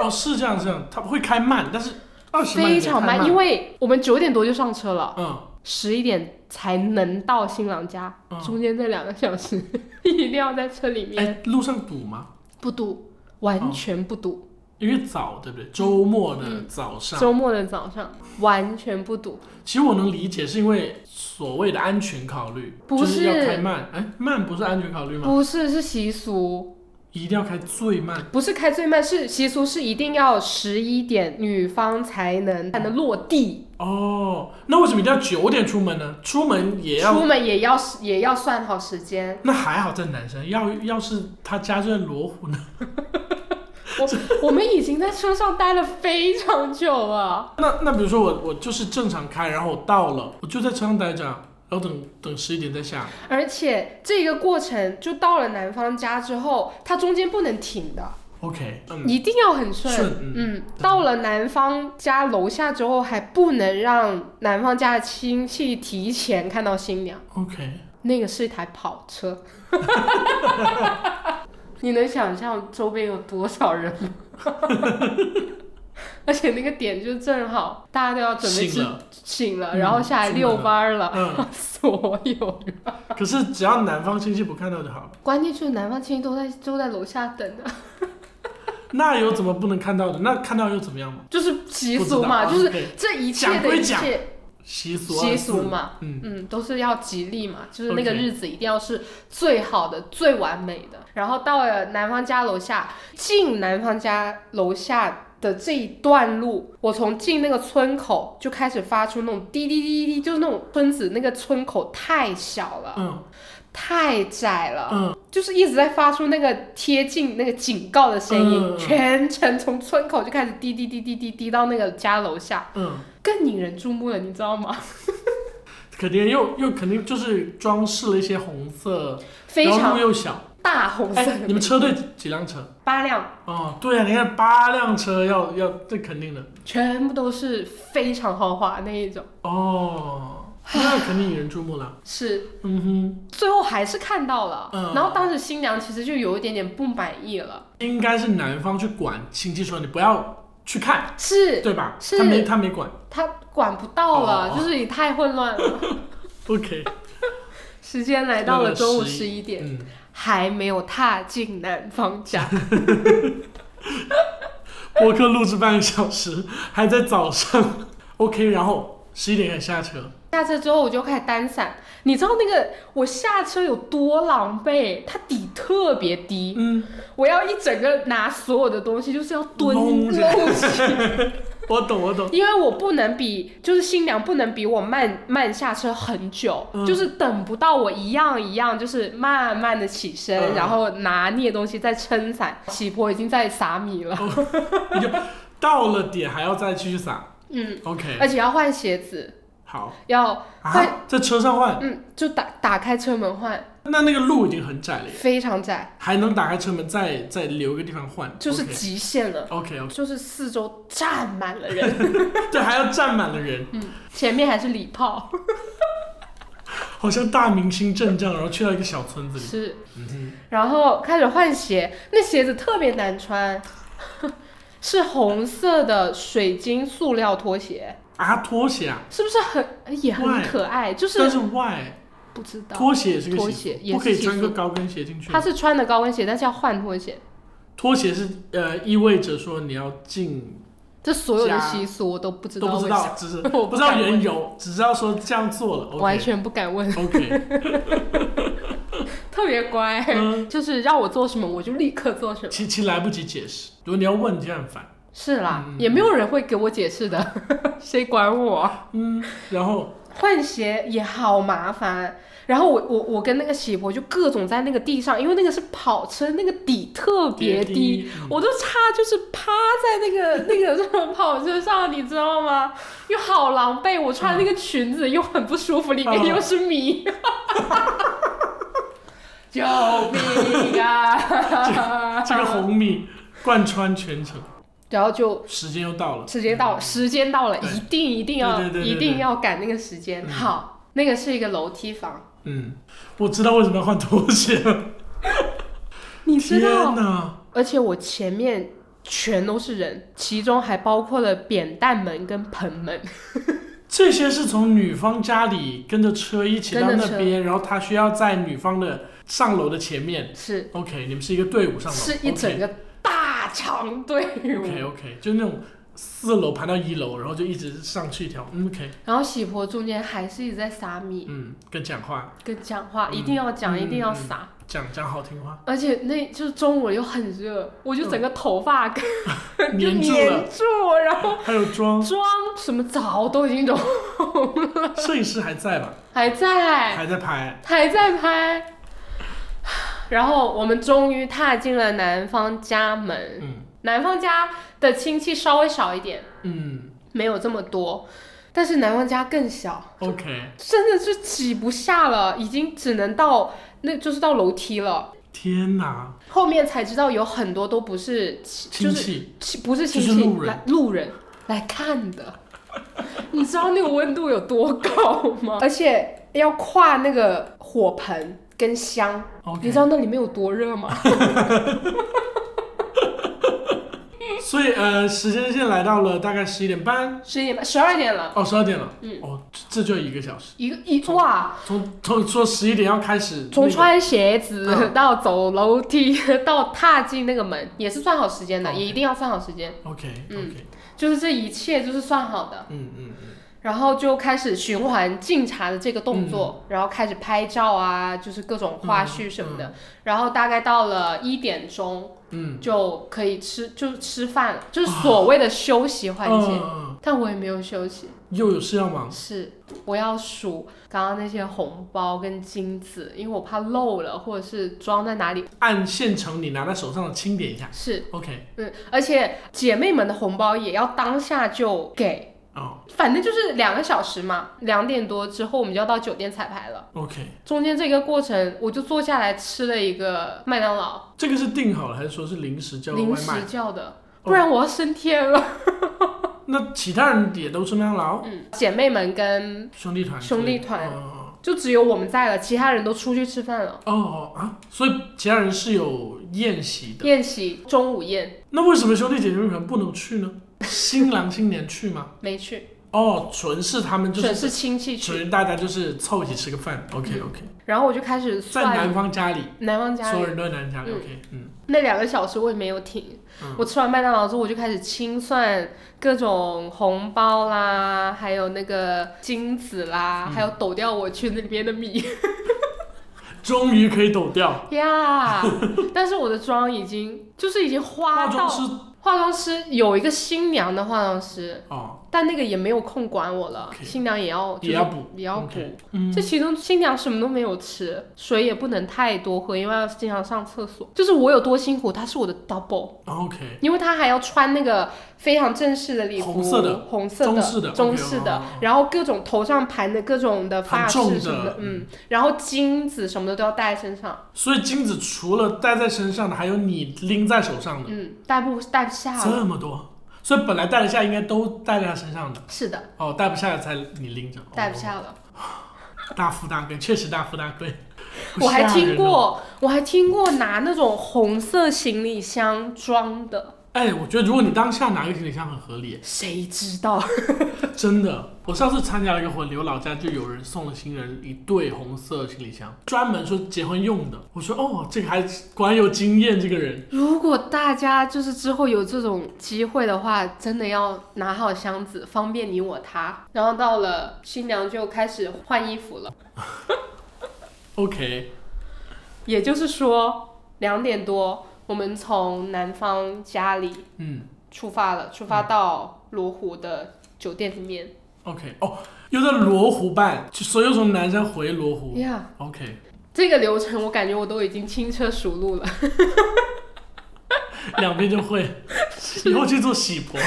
Speaker 1: 哦，是这样，这样，他会开慢，但是二十
Speaker 2: 非常
Speaker 1: 慢也太慢
Speaker 2: 慢，因为我们九点多就上车了，
Speaker 1: 嗯，
Speaker 2: 十一点才能到新郎家，
Speaker 1: 嗯 哎
Speaker 2: 中间这两个小时一定要在车里面。
Speaker 1: 哎，路上堵吗？
Speaker 2: 不堵，完全不堵，
Speaker 1: 因为早对不对？周末的早上，
Speaker 2: 嗯周末的早上完全不堵。
Speaker 1: 其实我能理解，是因为所谓的安全考虑，
Speaker 2: 不
Speaker 1: 就是要
Speaker 2: 是
Speaker 1: 开慢，哎，慢不是安全考虑吗？
Speaker 2: 不是，是习俗，
Speaker 1: 一定要开最慢。
Speaker 2: 不是开最慢，是习俗是一定要十一点女方才能才能落地，
Speaker 1: 哦，那为什么一定要九点出门呢？出门也要
Speaker 2: 出门也要也要算好时间。
Speaker 1: 那还好，这男生要要是他家就在罗湖呢，
Speaker 2: 我我们已经在车上待了非常久了，
Speaker 1: 那那比如说我我就是正常开，然后我到了，我就在车上待着，啊然后等等十一点再下。
Speaker 2: 而且这个过程就到了男方家之后，它中间不能停的，
Speaker 1: OK，嗯，
Speaker 2: 一定要很顺。
Speaker 1: 顺，嗯，
Speaker 2: 嗯，到了男方家楼下之后，还不能让男方家的亲戚提前看到新娘，
Speaker 1: OK，
Speaker 2: 那个是一台跑车。 你能想象周边有多少人吗？ 而且那个点就正好大家都要准备
Speaker 1: 醒
Speaker 2: 去
Speaker 1: 了，
Speaker 2: 醒了，
Speaker 1: 嗯
Speaker 2: 然后下来遛弯儿了，
Speaker 1: 嗯，
Speaker 2: 所有人。
Speaker 1: 可是只要男方亲戚不看到就好了，
Speaker 2: 关键就是南方亲戚都在都在楼下等 的，
Speaker 1: 那有怎么不能看到的？那看到又怎么样嘛？
Speaker 2: 就是习俗嘛，
Speaker 1: 不
Speaker 2: 就
Speaker 1: 知道
Speaker 2: 是
Speaker 1: 啊，OK，
Speaker 2: 这一切
Speaker 1: 讲
Speaker 2: 的
Speaker 1: 归
Speaker 2: 一
Speaker 1: 讲
Speaker 2: 切
Speaker 1: 习俗
Speaker 2: 习
Speaker 1: 二字，
Speaker 2: 俗嘛，
Speaker 1: 嗯，
Speaker 2: 嗯，都是要吉利嘛，就是那
Speaker 1: OK
Speaker 2: 个日子一定要是最好的、最完美的。然后到了男方家楼下，进男方家楼下的这一段路，我从进那个村口就开始发出那种滴滴滴滴，就是那种村子那个村口太小了，
Speaker 1: 嗯
Speaker 2: 太窄了，
Speaker 1: 嗯，
Speaker 2: 就是一直在发出那个贴近那个警告的声音，
Speaker 1: 嗯
Speaker 2: 全程从村口就开始滴滴滴滴滴滴到那个家楼下，
Speaker 1: 嗯，
Speaker 2: 更引人注目了，你知道吗？
Speaker 1: 肯定又又肯定就是装饰了一些红色，
Speaker 2: 非
Speaker 1: 然后
Speaker 2: 常
Speaker 1: 路又小。
Speaker 2: 大红色的
Speaker 1: 哎，你们车队几几辆车？
Speaker 2: 八辆，
Speaker 1: 哦，对呀、你看八辆车要要，这肯定的。
Speaker 2: 全部都是非常豪华那一种，
Speaker 1: 哦，那肯定引人注目了。
Speaker 2: 是
Speaker 1: 嗯
Speaker 2: 最后还是看到了，
Speaker 1: 嗯
Speaker 2: 然后当时新娘其实就有一点点不满意了，
Speaker 1: 哼，应该是男方去管亲戚说你不要去看，
Speaker 2: 是
Speaker 1: 对吧？
Speaker 2: 是
Speaker 1: 他没他没管。
Speaker 2: 她管不到了，
Speaker 1: 哦
Speaker 2: 就是也太混乱了。
Speaker 1: OK，
Speaker 2: 时间来到了中午十一点，
Speaker 1: 嗯，
Speaker 2: 还没有踏进男方家，
Speaker 1: 播客录制半个小时，还在早上。OK，然后十一点开始下车。
Speaker 2: 下车之后我就开始单闪，你知道那个我下车有多狼狈？它底特别低，
Speaker 1: 嗯，
Speaker 2: 我要一整个拿所有的东西，就是要蹲
Speaker 1: 弄着
Speaker 2: 弄起
Speaker 1: 我懂我懂。
Speaker 2: 因为我不能比，就是新娘不能比我慢慢下车很久，
Speaker 1: 嗯
Speaker 2: 就是等不到我一样一样，就是慢慢的起身，
Speaker 1: 嗯
Speaker 2: 然后拿捏东西再撑伞。喜婆已经在撒米了，
Speaker 1: 到了点还要再继续撒。
Speaker 2: 嗯，而
Speaker 1: OK，
Speaker 2: 且要换鞋子，
Speaker 1: 好
Speaker 2: 要
Speaker 1: 啊
Speaker 2: 换，
Speaker 1: 在车上换。
Speaker 2: 嗯，就打打开车门换，
Speaker 1: 那那个路已经很窄了耶，
Speaker 2: 非常窄，
Speaker 1: 还能打开车门再再留一个地方换，
Speaker 2: 就是极限了。
Speaker 1: OK OK，
Speaker 2: 就是四周站满了人，
Speaker 1: 对，还要站满了人。
Speaker 2: 前面还是礼炮，
Speaker 1: 好像大明星阵仗，然后去到一个小村子里。
Speaker 2: 是
Speaker 1: 嗯
Speaker 2: 然后开始换鞋，那鞋子特别难穿， 是红色的水晶塑料拖鞋，
Speaker 1: 哼，啊，拖鞋啊，
Speaker 2: 是不是很也很
Speaker 1: Why？
Speaker 2: 可爱？就
Speaker 1: 但
Speaker 2: 是
Speaker 1: 是 why
Speaker 2: 不知道，
Speaker 1: 拖鞋也是个
Speaker 2: 拖
Speaker 1: 习
Speaker 2: 鞋
Speaker 1: 俗
Speaker 2: 也
Speaker 1: 不
Speaker 2: 是
Speaker 1: 可以
Speaker 2: 习
Speaker 1: 穿
Speaker 2: 俗
Speaker 1: 个高跟鞋进去
Speaker 2: 他。是穿的高跟鞋，但是要换拖鞋。
Speaker 1: 拖鞋是呃意味着说你要进
Speaker 2: 这所有的
Speaker 1: 家
Speaker 2: 习俗我都不知
Speaker 1: 都
Speaker 2: 道
Speaker 1: 不知
Speaker 2: 为啥，
Speaker 1: 道，只是
Speaker 2: 我
Speaker 1: 不
Speaker 2: 不
Speaker 1: 知道
Speaker 2: 敢
Speaker 1: 缘
Speaker 2: 问
Speaker 1: 由，只知道说这样做了。
Speaker 2: 完
Speaker 1: OK
Speaker 2: 全不敢问，
Speaker 1: OK，
Speaker 2: 特别乖，
Speaker 1: 嗯
Speaker 2: 就是让我做什么我就立刻做什么。
Speaker 1: 其其来不及解释，如果你要问你就很烦。
Speaker 2: 是啦，
Speaker 1: 嗯
Speaker 2: 也没有人会给我解释的， 谁管我？
Speaker 1: 嗯，然后
Speaker 2: 换鞋也好麻烦。然后我我我跟那个喜婆就各种在那个地上，因为那个是跑车，那个底特别低，
Speaker 1: 低，嗯
Speaker 2: 我都差就是趴在那个 那个什么跑车上，你知道吗？又好狼狈，我穿那个裙子又很不舒服，里
Speaker 1: 嗯
Speaker 2: 面又是米。 救命啊！
Speaker 1: 这个红米贯穿全程，
Speaker 2: 然后就
Speaker 1: 时间又到了，
Speaker 2: 时间到了，时间到了，
Speaker 1: 对
Speaker 2: 一定一定要
Speaker 1: 对对对对
Speaker 2: 一定要赶那个时间。
Speaker 1: 嗯
Speaker 2: 好，那个是一个楼梯房。
Speaker 1: 嗯，我知道为什么要换拖鞋了。
Speaker 2: 你知
Speaker 1: 天
Speaker 2: 道，
Speaker 1: 哪！
Speaker 2: 而且我前面全都是人，其中还包括了扁担门跟盆门，
Speaker 1: 这些是从女方家里跟着车一起到
Speaker 2: 跟着
Speaker 1: 那边，然后他需要在女方的上楼的前面。
Speaker 2: 是
Speaker 1: OK，你们是一个队伍上楼，
Speaker 2: 是一整个大长队伍。
Speaker 1: OK OK，就那种四楼盘到一楼，然后就一直上去一条。嗯 OK，
Speaker 2: 然后喜婆中间还是一直在撒米
Speaker 1: 嗯，跟讲话
Speaker 2: 跟讲话，
Speaker 1: 嗯
Speaker 2: 一定要讲，
Speaker 1: 嗯
Speaker 2: 一定要撒。
Speaker 1: 讲讲好听 话，
Speaker 2: 而且那就是中午又很热，我就整个头发跟、就
Speaker 1: 黏住了，
Speaker 2: 黏住我，然后
Speaker 1: 还有妆，
Speaker 2: 妆什么澡都已经都
Speaker 1: 摄影师还在 吧？
Speaker 2: 还在，
Speaker 1: 还在拍，
Speaker 2: 还在拍。然后我们终于踏进了男方家门，
Speaker 1: 嗯
Speaker 2: 男方家的亲戚稍微少一点，
Speaker 1: 嗯
Speaker 2: 没有这么多，但是男方家更小，
Speaker 1: ，OK，
Speaker 2: 真的是挤不下了，已经只能到那就是到楼梯了。
Speaker 1: 天哪，
Speaker 2: 后面才知道有很多都不是亲，就
Speaker 1: 亲
Speaker 2: 是
Speaker 1: 戚，
Speaker 2: 亲不是亲
Speaker 1: 就是
Speaker 2: 戚，
Speaker 1: 路人
Speaker 2: 来路人来看 的。你知道那个温度有多高吗？而且要跨那个火盆跟香，你
Speaker 1: OK，
Speaker 2: 知道那里面有多热吗？
Speaker 1: 所以呃，时间线来到了大概十一点半，
Speaker 2: 十一点半，十二点了，
Speaker 1: 哦，十二点了，
Speaker 2: 嗯
Speaker 1: 哦，这这就一个小时，
Speaker 2: 一个一哇，
Speaker 1: 从从说十一点要开始、那个，
Speaker 2: 从穿鞋子
Speaker 1: 嗯
Speaker 2: 到走楼梯到踏进那个门，也是算好时间的，
Speaker 1: OK
Speaker 2: 也一定要算好时间，
Speaker 1: OK
Speaker 2: 嗯
Speaker 1: OK，
Speaker 2: 就是这一切就是算好的。
Speaker 1: 嗯嗯嗯，
Speaker 2: 然后就开始循环敬茶的这个动
Speaker 1: 嗯
Speaker 2: 作，然后开始拍照啊，就是各种花絮什么的。然后大概到了一点钟，
Speaker 1: 嗯，
Speaker 2: 就可以吃，就吃饭了，就是所谓的休息环节。
Speaker 1: 嗯嗯嗯
Speaker 2: 但我也没有休息，
Speaker 1: 又有事要忙，
Speaker 2: 是我要数刚刚那些红包跟金子，因为我怕漏了或者是装在哪里。
Speaker 1: 按现成你拿在手上的轻点一下
Speaker 2: 是，
Speaker 1: ，OK，
Speaker 2: 嗯，而且姐妹们的红包也要当下就给，
Speaker 1: 哦
Speaker 2: 反正就是两个小时嘛，两点多之后我们就要到酒店彩排了。
Speaker 1: ，OK，
Speaker 2: 中间这个过程，我就坐下来吃了一个麦当劳，
Speaker 1: 这个是定好了还是说是临时叫的
Speaker 2: 临
Speaker 1: 外
Speaker 2: 时
Speaker 1: 卖？
Speaker 2: 叫的，
Speaker 1: 哦
Speaker 2: 不然我要升天了。
Speaker 1: 那其他人也都是麦当劳
Speaker 2: 嗯， 姐妹们跟
Speaker 1: 兄弟团之
Speaker 2: 兄弟
Speaker 1: 类的，
Speaker 2: 团
Speaker 1: 哦
Speaker 2: 就只有我们在了，其他人都出去吃饭了。
Speaker 1: 哦哦啊，所以其他人是有宴席的，
Speaker 2: 宴席中午宴
Speaker 1: 那为什么兄弟姐妹团不能去呢？新郎新娘去吗？
Speaker 2: 没去，
Speaker 1: 哦，纯是他们就
Speaker 2: 准
Speaker 1: 是
Speaker 2: 是亲戚去。
Speaker 1: 纯大家就是凑一起吃个饭，OK OK，
Speaker 2: 然后我就开始
Speaker 1: 在
Speaker 2: 算
Speaker 1: 男方家里，
Speaker 2: 男方家
Speaker 1: 所有
Speaker 2: 里
Speaker 1: 人都在男方家里
Speaker 2: 嗯
Speaker 1: ，OK，嗯，
Speaker 2: 那两个小时，我也没有停。
Speaker 1: 嗯
Speaker 2: 我吃完麦当劳之后，我就开始清算各种红包啦，还有那个金子啦，
Speaker 1: 嗯
Speaker 2: 还有抖掉我去那边的米。
Speaker 1: 终于可以抖掉，
Speaker 2: 呀 但是我的妆已经就是已经
Speaker 1: 化
Speaker 2: 花到
Speaker 1: 妆师
Speaker 2: 化妆师有一个新娘的化妆师，
Speaker 1: 哦，
Speaker 2: 但那个也没有空管我了
Speaker 1: OK
Speaker 2: 新娘也要就是
Speaker 1: 也要补，
Speaker 2: 也要补。
Speaker 1: OK 嗯
Speaker 2: 这其中新娘什么都没有吃，水也不能太多喝，因为要经常上厕所。就是我有多辛苦，她是我的 double，
Speaker 1: ，OK，
Speaker 2: 因为她还要穿那个非常正式的礼服，
Speaker 1: 红色的、
Speaker 2: 红色的、
Speaker 1: 中式的
Speaker 2: 中
Speaker 1: OK，
Speaker 2: 式的
Speaker 1: 哦哦哦
Speaker 2: 然后各种头上盘的各种的发
Speaker 1: 很
Speaker 2: 饰
Speaker 1: 重
Speaker 2: 什么
Speaker 1: 的
Speaker 2: 嗯，然后金子什么的都要戴在身上。
Speaker 1: 所以金子除了戴在身上的，还有你拎在手上的，
Speaker 2: 嗯，戴不戴不下了。
Speaker 1: 这么多，所以本来戴得下应该都戴在他身上的，
Speaker 2: 是的，
Speaker 1: 哦，戴不下才你拎着，
Speaker 2: 戴不
Speaker 1: 哦，
Speaker 2: 下了。
Speaker 1: 大富大贵，确实大富大贵，
Speaker 2: 我还
Speaker 1: 吓
Speaker 2: 听
Speaker 1: 人哦
Speaker 2: 过，我还听过拿那种红色行李箱装的，
Speaker 1: 哎，我觉得如果你当下拿一个行李箱很合理，
Speaker 2: 谁知道？
Speaker 1: 真的。我上次参加了一个婚礼，我老家就有人送了新人一对红色行李箱，专门说结婚用的。我说哦，这个还管有经验，这个人。
Speaker 2: 如果大家就是之后有这种机会的话，真的要拿好箱子，方便你我他。然后到了新娘就开始换衣服了，
Speaker 1: OK，
Speaker 2: 也就是说两点多，我们从男方家里
Speaker 1: 嗯
Speaker 2: 出发了，出发到罗湖的酒店里面。
Speaker 1: ，OK，哦，又在罗湖办，就所以又从南山回罗湖。
Speaker 2: 呀、
Speaker 1: OK，
Speaker 2: 这个流程我感觉我都已经轻车熟路了。
Speaker 1: 两边就会，以后去做喜婆，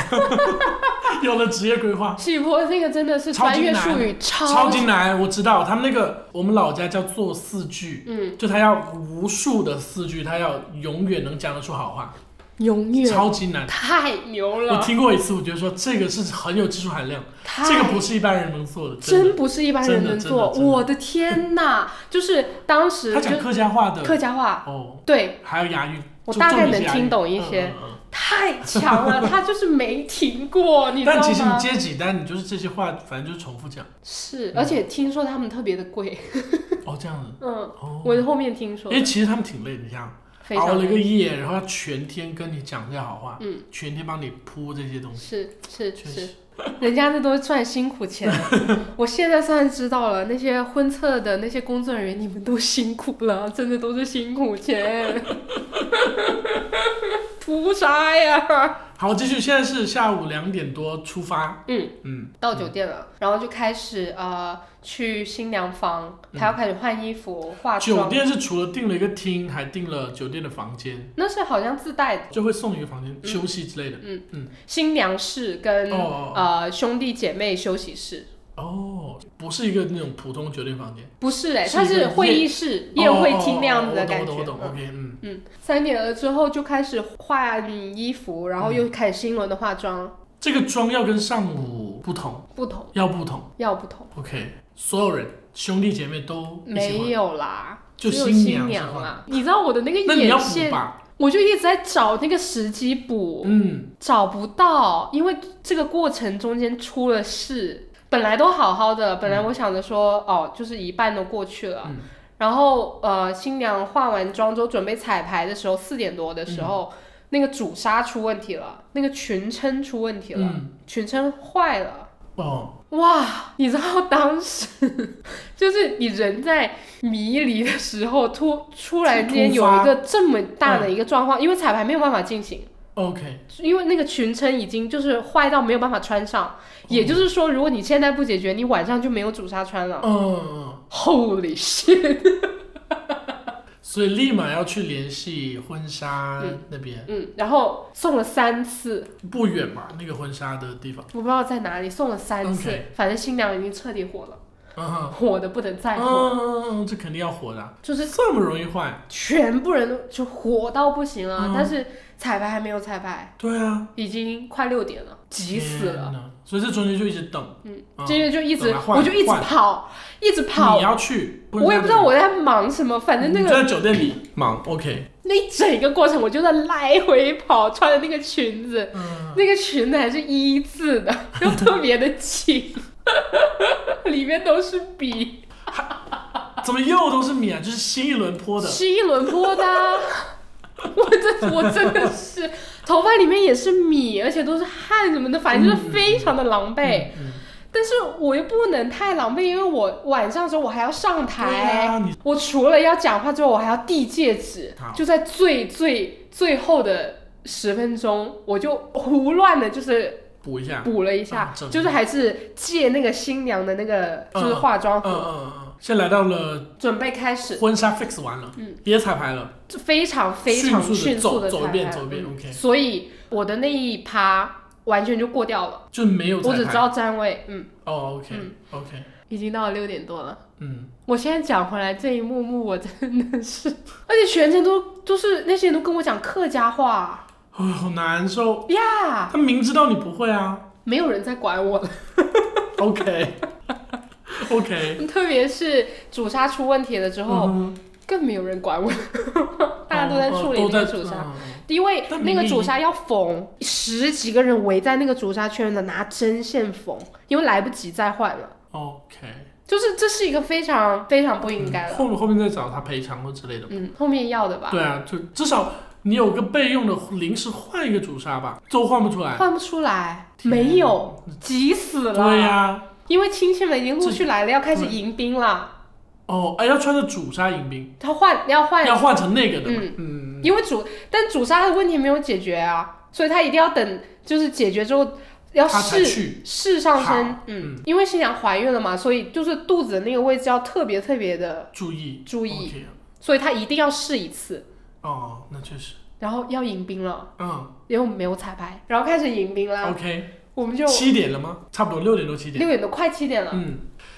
Speaker 1: 有了职业规划。
Speaker 2: 喜婆这个真的是穿越术语超
Speaker 1: 超级难，我知道他们那个我们老家叫做四句，
Speaker 2: 嗯，
Speaker 1: 就他要无数的四句，他要永远能讲得出好话，
Speaker 2: 永远
Speaker 1: 超级难。
Speaker 2: 太牛
Speaker 1: 我
Speaker 2: 了，
Speaker 1: 听过一次，我觉得说这个是很有技术含量，
Speaker 2: 太
Speaker 1: 这个不是一般人能做的，
Speaker 2: 真
Speaker 1: 的。
Speaker 2: 不是一般人能做。
Speaker 1: 真的真的真的
Speaker 2: 我的天呐，就是当时
Speaker 1: 他
Speaker 2: 就
Speaker 1: 讲客家话的，
Speaker 2: 客家话，
Speaker 1: 哦，
Speaker 2: 对
Speaker 1: 还有押韵，
Speaker 2: 我
Speaker 1: 就
Speaker 2: 大概
Speaker 1: 重点是
Speaker 2: 能
Speaker 1: 押韵
Speaker 2: 听懂一些
Speaker 1: 嗯嗯嗯
Speaker 2: 太强了，他就是没停过，你知道
Speaker 1: 但
Speaker 2: 吗？
Speaker 1: 其实你接几单，你就是这些话，反正就是重复讲。
Speaker 2: 是，而且听说他们特别的贵，
Speaker 1: 哦，这样子。
Speaker 2: 嗯，
Speaker 1: 哦。
Speaker 2: 我后面听说
Speaker 1: 因
Speaker 2: 的
Speaker 1: 为其实他们挺累的，你想
Speaker 2: 非
Speaker 1: 熬了
Speaker 2: 常
Speaker 1: 一个夜，然后他全天跟你讲这些好话，
Speaker 2: 嗯，
Speaker 1: 全天帮你铺这些东西，
Speaker 2: 是是
Speaker 1: 确
Speaker 2: 是
Speaker 1: 实，
Speaker 2: 人家那都是赚辛苦钱的， 我现在算知道了，那些婚策的那些工作人员，你们都辛苦了，真的都是辛苦钱， 图啥呀？
Speaker 1: 好，继续，现在是下午两点多出发，
Speaker 2: 嗯
Speaker 1: 嗯，
Speaker 2: 到酒店了，然后就开始呃去新娘房，还要开始换衣服、
Speaker 1: 嗯
Speaker 2: 化
Speaker 1: 酒
Speaker 2: 妆，
Speaker 1: 店是除了订了一个厅，还订了酒店的房间，
Speaker 2: 那是好像自带的
Speaker 1: 就会送一个房
Speaker 2: 嗯
Speaker 1: 间休息之类的。
Speaker 2: 新娘室跟、
Speaker 1: 哦哦
Speaker 2: 呃兄弟姐妹休息室。
Speaker 1: 哦，不是一个那种普通酒店房间，
Speaker 2: 不是哎、
Speaker 1: 是
Speaker 2: 它
Speaker 1: 一
Speaker 2: 是
Speaker 1: 个
Speaker 2: 会
Speaker 1: 夜
Speaker 2: 议室、宴会厅那样子的
Speaker 1: 哦哦哦
Speaker 2: 感
Speaker 1: 我
Speaker 2: 觉。
Speaker 1: 懂我懂我
Speaker 2: 嗯
Speaker 1: 懂，OK，嗯，
Speaker 2: 嗯，三点了之后就开始换衣服，然
Speaker 1: 嗯
Speaker 2: 后又开始新一轮的化妆，
Speaker 1: 这个妆要跟上午不同，
Speaker 2: 不同
Speaker 1: 要不同
Speaker 2: 要不同，
Speaker 1: ，OK，所有人兄弟姐妹都一起换
Speaker 2: 没有啦，
Speaker 1: 就
Speaker 2: 只有
Speaker 1: 新
Speaker 2: 新
Speaker 1: 娘是
Speaker 2: 娘啊
Speaker 1: 换
Speaker 2: 啦。你知道我的那
Speaker 1: 那
Speaker 2: 个
Speaker 1: 你要
Speaker 2: 眼
Speaker 1: 补
Speaker 2: 线，
Speaker 1: 吧，
Speaker 2: 我就一直在找那个时机补，
Speaker 1: 嗯。
Speaker 2: 找不到，因为这个过程中间出了事。本来都好好的，本来我想着说，哦，就是一半都过去了。
Speaker 1: 嗯
Speaker 2: 然后呃，新娘化完妆之后准备彩排的时候，四点多的
Speaker 1: 嗯
Speaker 2: 时候，那个主纱出问题了，那个裙撑出问题了，
Speaker 1: 嗯
Speaker 2: 裙撑坏了。
Speaker 1: 哦，
Speaker 2: 哇，你知道当时就是你人在迷离的时候，突突然间有
Speaker 1: 突
Speaker 2: 一
Speaker 1: 发嗯
Speaker 2: 个这么大的一个状况，因为彩排没有办法进行。
Speaker 1: OK，
Speaker 2: 因为那个裙撑已经就是坏到没有办法穿上，也就是说，如果你现在不解决，你晚上就没有主纱穿了。
Speaker 1: 嗯，
Speaker 2: Holy shit！
Speaker 1: 所以立马要去联系婚纱
Speaker 2: 嗯
Speaker 1: 那边，
Speaker 2: 嗯，然后送了三次，
Speaker 1: 不远嘛，那个婚纱的地方。
Speaker 2: 我不知道在哪里送了三次
Speaker 1: OK
Speaker 2: 反正新娘已经彻底火了，
Speaker 1: 嗯哼，
Speaker 2: 火的不能再
Speaker 1: 嗯
Speaker 2: 火，
Speaker 1: 嗯嗯嗯，这肯定要火的啊，
Speaker 2: 就是
Speaker 1: 这么容易坏？
Speaker 2: 全部人都就火到不行啊。
Speaker 1: 嗯
Speaker 2: 但是彩排还没有彩排，
Speaker 1: 对啊，
Speaker 2: 已经快六点了，急死了。
Speaker 1: 了。所以这中间就一直等，
Speaker 2: 嗯
Speaker 1: 嗯
Speaker 2: 今天就一直
Speaker 1: 等来，换
Speaker 2: 我就一直
Speaker 1: 换
Speaker 2: 跑，一直跑
Speaker 1: 你，要去，
Speaker 2: 我也不知道我在忙什么，反正那
Speaker 1: 你
Speaker 2: 个
Speaker 1: 在酒店里忙，OK，
Speaker 2: 那一整个过程，我就在来回跑，穿的那个裙子，
Speaker 1: 嗯，
Speaker 2: 那个裙子还是一字的，又特别的紧， 里面都是笔，
Speaker 1: 怎么又都是米啊？就是新一轮泼的，
Speaker 2: 是一轮波的啊。 我真我真的是，头发里面也是米，而且都是汗什么的，反正就是非常的狼狈。
Speaker 1: 嗯，嗯
Speaker 2: 但是我又不能太狼狈，因为我晚上的时候我还要上台
Speaker 1: 对，啊，你
Speaker 2: 我除了要讲话之后，我还要递戒指
Speaker 1: 好，
Speaker 2: 就在最最最后的十分钟，我就胡乱的，就是
Speaker 1: 补一下，嗯
Speaker 2: 补了一下
Speaker 1: 啊，这
Speaker 2: 就是还是借那个新娘的那个就是化妆
Speaker 1: 嗯
Speaker 2: 盒，
Speaker 1: 嗯嗯，现在来到了
Speaker 2: 准备开始，
Speaker 1: 婚纱 fix 完了，
Speaker 2: 嗯，
Speaker 1: 别彩排了，
Speaker 2: 就非常非常迅
Speaker 1: 迅
Speaker 2: 速
Speaker 1: 速
Speaker 2: 的
Speaker 1: 地走走一遍走一遍，OK
Speaker 2: 嗯所以我的那一趴完全就过掉了，
Speaker 1: 就没有彩排。
Speaker 2: 我只知道站位，嗯，
Speaker 1: 哦，OK，OK、
Speaker 2: 嗯
Speaker 1: o k
Speaker 2: 已经到了六点多了。
Speaker 1: 嗯，
Speaker 2: 我现在讲回来这一幕幕，我真的是， 而且全程都都是那些人都跟我讲客家话
Speaker 1: 哎、好难受。
Speaker 2: 呀
Speaker 1: 他明知道你不会啊。
Speaker 2: 没有人在管我了。
Speaker 1: OK，OK，、
Speaker 2: 特别是主杀出问题了之后，
Speaker 1: 嗯
Speaker 2: 更没有人管我， 大家都在处理
Speaker 1: 哦
Speaker 2: 那
Speaker 1: 都在
Speaker 2: 个主杀。
Speaker 1: 嗯嗯
Speaker 2: 因为
Speaker 1: 但
Speaker 2: 那
Speaker 1: 明
Speaker 2: 个
Speaker 1: 明
Speaker 2: 主杀要缝，十几个人围在那个主杀圈的拿针线缝，因为来不及再换了，
Speaker 1: 嗯 OK，
Speaker 2: 就是这是一个非常非常不应该了。
Speaker 1: 嗯后面后面再找他赔偿或之类的。
Speaker 2: 嗯，后面要的吧，
Speaker 1: 对啊，就至少你有个备用的，临时换一个主杀吧，都换不出来。
Speaker 2: 换不出来，
Speaker 1: 啊天
Speaker 2: 没有，急死了。
Speaker 1: 对呀、
Speaker 2: 因为亲戚们已经陆续来了，要开始
Speaker 1: 对
Speaker 2: 迎宾了，
Speaker 1: 哦，哎，要穿着主杀迎宾，
Speaker 2: 他换要换
Speaker 1: 要换成那个的嘛。
Speaker 2: 嗯
Speaker 1: 嗯，
Speaker 2: 因为主但主杀的问题没有解决啊，所以他一定要等就是解决之后要
Speaker 1: 他才
Speaker 2: 试
Speaker 1: 去。
Speaker 2: 试上身
Speaker 1: 好，
Speaker 2: 嗯，因为新娘怀孕了嘛，所以就是肚子的那个位置要特别特别的
Speaker 1: 注意，
Speaker 2: 注意，
Speaker 1: OK，
Speaker 2: 所以他一定要试一次，
Speaker 1: 哦，那确实。
Speaker 2: 然后要迎宾了，
Speaker 1: 嗯
Speaker 2: 因为我们没有彩排，然后开始迎宾啦，
Speaker 1: ，OK，
Speaker 2: 我啊们就
Speaker 1: 七点了吗？差不多六点多七点。
Speaker 2: 六点都快七点了，
Speaker 1: 嗯，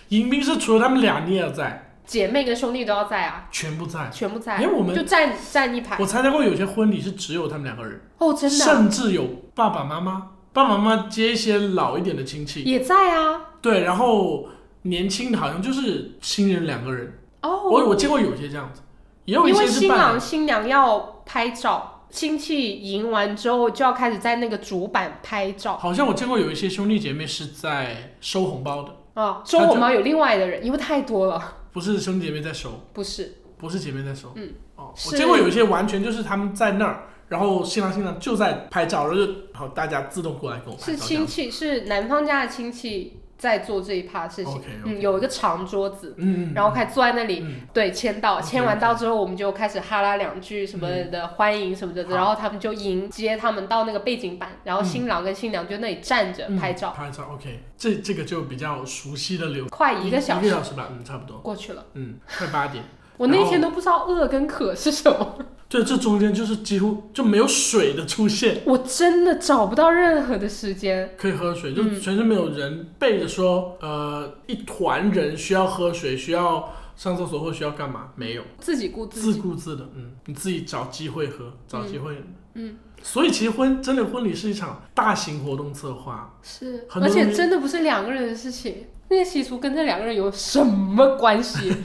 Speaker 1: 迎宾是除了他们俩，你也在，
Speaker 2: 姐妹跟兄弟都要在啊，
Speaker 1: 全部在。
Speaker 2: 全部在，啊
Speaker 1: 因为我们
Speaker 2: 就站站一排，
Speaker 1: 我参加过有些婚礼是只有他们两个人，
Speaker 2: 哦，真的啊
Speaker 1: 甚至有爸爸妈妈，爸爸妈妈接一些老一点的亲戚，
Speaker 2: 也在啊，
Speaker 1: 对，然后年轻的好像就是新人两个人，
Speaker 2: 哦，
Speaker 1: 我我见过有些这样子，也有一
Speaker 2: 因为
Speaker 1: 些是
Speaker 2: 新
Speaker 1: 伴
Speaker 2: 郎
Speaker 1: 侣，
Speaker 2: 新娘要拍照，亲戚赢完之后就要开始在那个主板拍照啊
Speaker 1: 好像我见过有一些兄弟姐妹是在收红包的，
Speaker 2: 啊。周
Speaker 1: 他就
Speaker 2: 我妈有另外的人，因为太多了，
Speaker 1: 不是兄弟姐妹在收，
Speaker 2: 不是
Speaker 1: 不是姐妹在收。
Speaker 2: 嗯，
Speaker 1: 哦，我
Speaker 2: 是
Speaker 1: 见过有一些完全就是他们在那儿，然后新郎新娘就在拍照，然后就好大家自动过来跟我拍
Speaker 2: 是
Speaker 1: 照。
Speaker 2: 亲戚，是男方家的亲戚在做这一趴事情。
Speaker 1: OK，
Speaker 2: 嗯，有一个长桌子，
Speaker 1: 嗯嗯，
Speaker 2: 然后开始坐在那里。
Speaker 1: 嗯
Speaker 2: 对，签到，
Speaker 1: OK，
Speaker 2: 签完到之后，我们就开始哈拉两句什么的，欢迎什么的，
Speaker 1: 嗯好
Speaker 2: 然后他们就迎接他们到那个背景板，然后新郎跟新娘就那里站着
Speaker 1: 嗯
Speaker 2: 拍照，
Speaker 1: 拍照 OK，这这个就比较熟悉的流，
Speaker 2: 快一个小
Speaker 1: 一
Speaker 2: 时
Speaker 1: 个小时吧，嗯，差不多，
Speaker 2: 过去了，
Speaker 1: 嗯，快八点。
Speaker 2: 我那天都不知道饿跟渴是什么，
Speaker 1: 对，这中间就是几乎就没有水的出现，
Speaker 2: 我真的找不到任何的时间。
Speaker 1: 可以喝水，
Speaker 2: 嗯
Speaker 1: 就全身没有人背着说，呃，一团人需要喝水，需要上厕所或需要干嘛，没有，
Speaker 2: 自己顾自
Speaker 1: 自
Speaker 2: 己，
Speaker 1: 顾自的，嗯，你自己找机会喝，找机会，
Speaker 2: 嗯
Speaker 1: 所以其实婚真的婚礼是一场大型活动策划，
Speaker 2: 是，
Speaker 1: 很多
Speaker 2: 而且
Speaker 1: 人
Speaker 2: 真的不是两个人的事情，那些习俗跟这两个人有什么关系？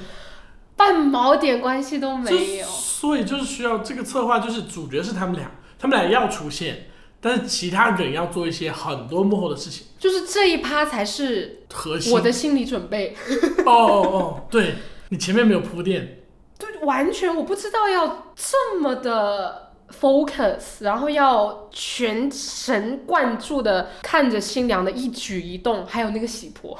Speaker 2: 半毛点关系都没
Speaker 1: 就
Speaker 2: 有。
Speaker 1: 所以就是需要这个策划，就是主角是他们俩，他们俩要出现，但是其他人要做一些很多幕后的事情，
Speaker 2: 就是这一趴才是
Speaker 1: 核心，
Speaker 2: 我的心理准备，
Speaker 1: 哦哦哦，对你前面没有铺垫。
Speaker 2: 就完全我不知道要这么的 focus，然后要全神贯注的看着新娘的一举一动，还有那个喜婆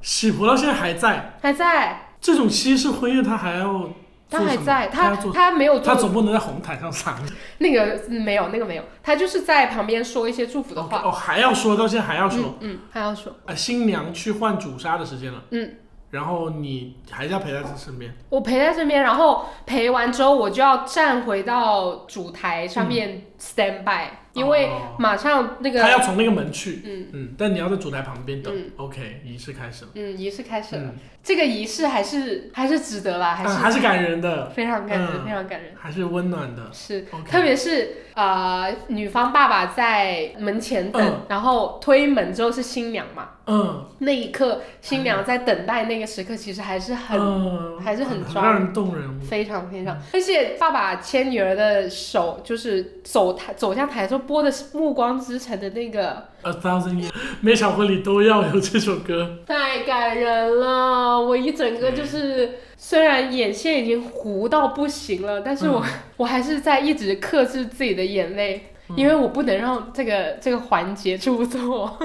Speaker 1: 喜婆到现在还在，
Speaker 2: 还在，
Speaker 1: 这种西式婚宴他还要做
Speaker 2: 她还
Speaker 1: 什么
Speaker 2: 在，
Speaker 1: 他
Speaker 2: 她
Speaker 1: 要做，
Speaker 2: 她没有
Speaker 1: 他
Speaker 2: 做
Speaker 1: 总不能在红毯上撒尿
Speaker 2: 那个嗯没有那个没有，她就是在旁边说一些祝福的话，
Speaker 1: 哦，还要说到现在还要说
Speaker 2: 嗯嗯，还要说。
Speaker 1: 啊，新娘去换主纱的时间了，
Speaker 2: 嗯，
Speaker 1: 然后你还是要陪在她身边，
Speaker 2: 我陪在这边，然后陪完之后，我就要站回到主台上面 stand by，、因为
Speaker 1: 嗯哦
Speaker 2: 马上那个
Speaker 1: 他要从那个门去，
Speaker 2: 嗯
Speaker 1: 嗯，但你要在主台旁边等
Speaker 2: 嗯
Speaker 1: ，OK，仪式开始了，
Speaker 2: 嗯仪式开始了。
Speaker 1: 嗯，
Speaker 2: 这个仪式还是还是值得啦，还
Speaker 1: 啊
Speaker 2: 是、
Speaker 1: 还是感人的，
Speaker 2: 非常感人，
Speaker 1: 嗯
Speaker 2: 非常感人。
Speaker 1: 还是温暖的
Speaker 2: 是，特
Speaker 1: ，OK，
Speaker 2: 别是呃，女方爸爸在门前等，
Speaker 1: 嗯
Speaker 2: 然后推门之后是新娘嘛，
Speaker 1: 嗯
Speaker 2: 那一刻新娘在等待那个时刻，其实还是很、
Speaker 1: 嗯，
Speaker 2: 还是很抓
Speaker 1: 让人动人，
Speaker 2: 非常非常，而且爸爸牵女儿的手，就是走台走向台的时候播的是《暮光之城》的那个，
Speaker 1: A thousand years，每场婚礼都要有这首歌。
Speaker 2: 太感人了。我一整个就是，虽然眼线已经糊到不行了，但是我、 我还是在一直克制自己的眼泪。因为我不能让这个这个环节出错，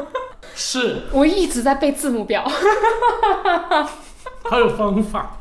Speaker 1: 是，
Speaker 2: 我一直在背字幕表，
Speaker 1: 好有方法。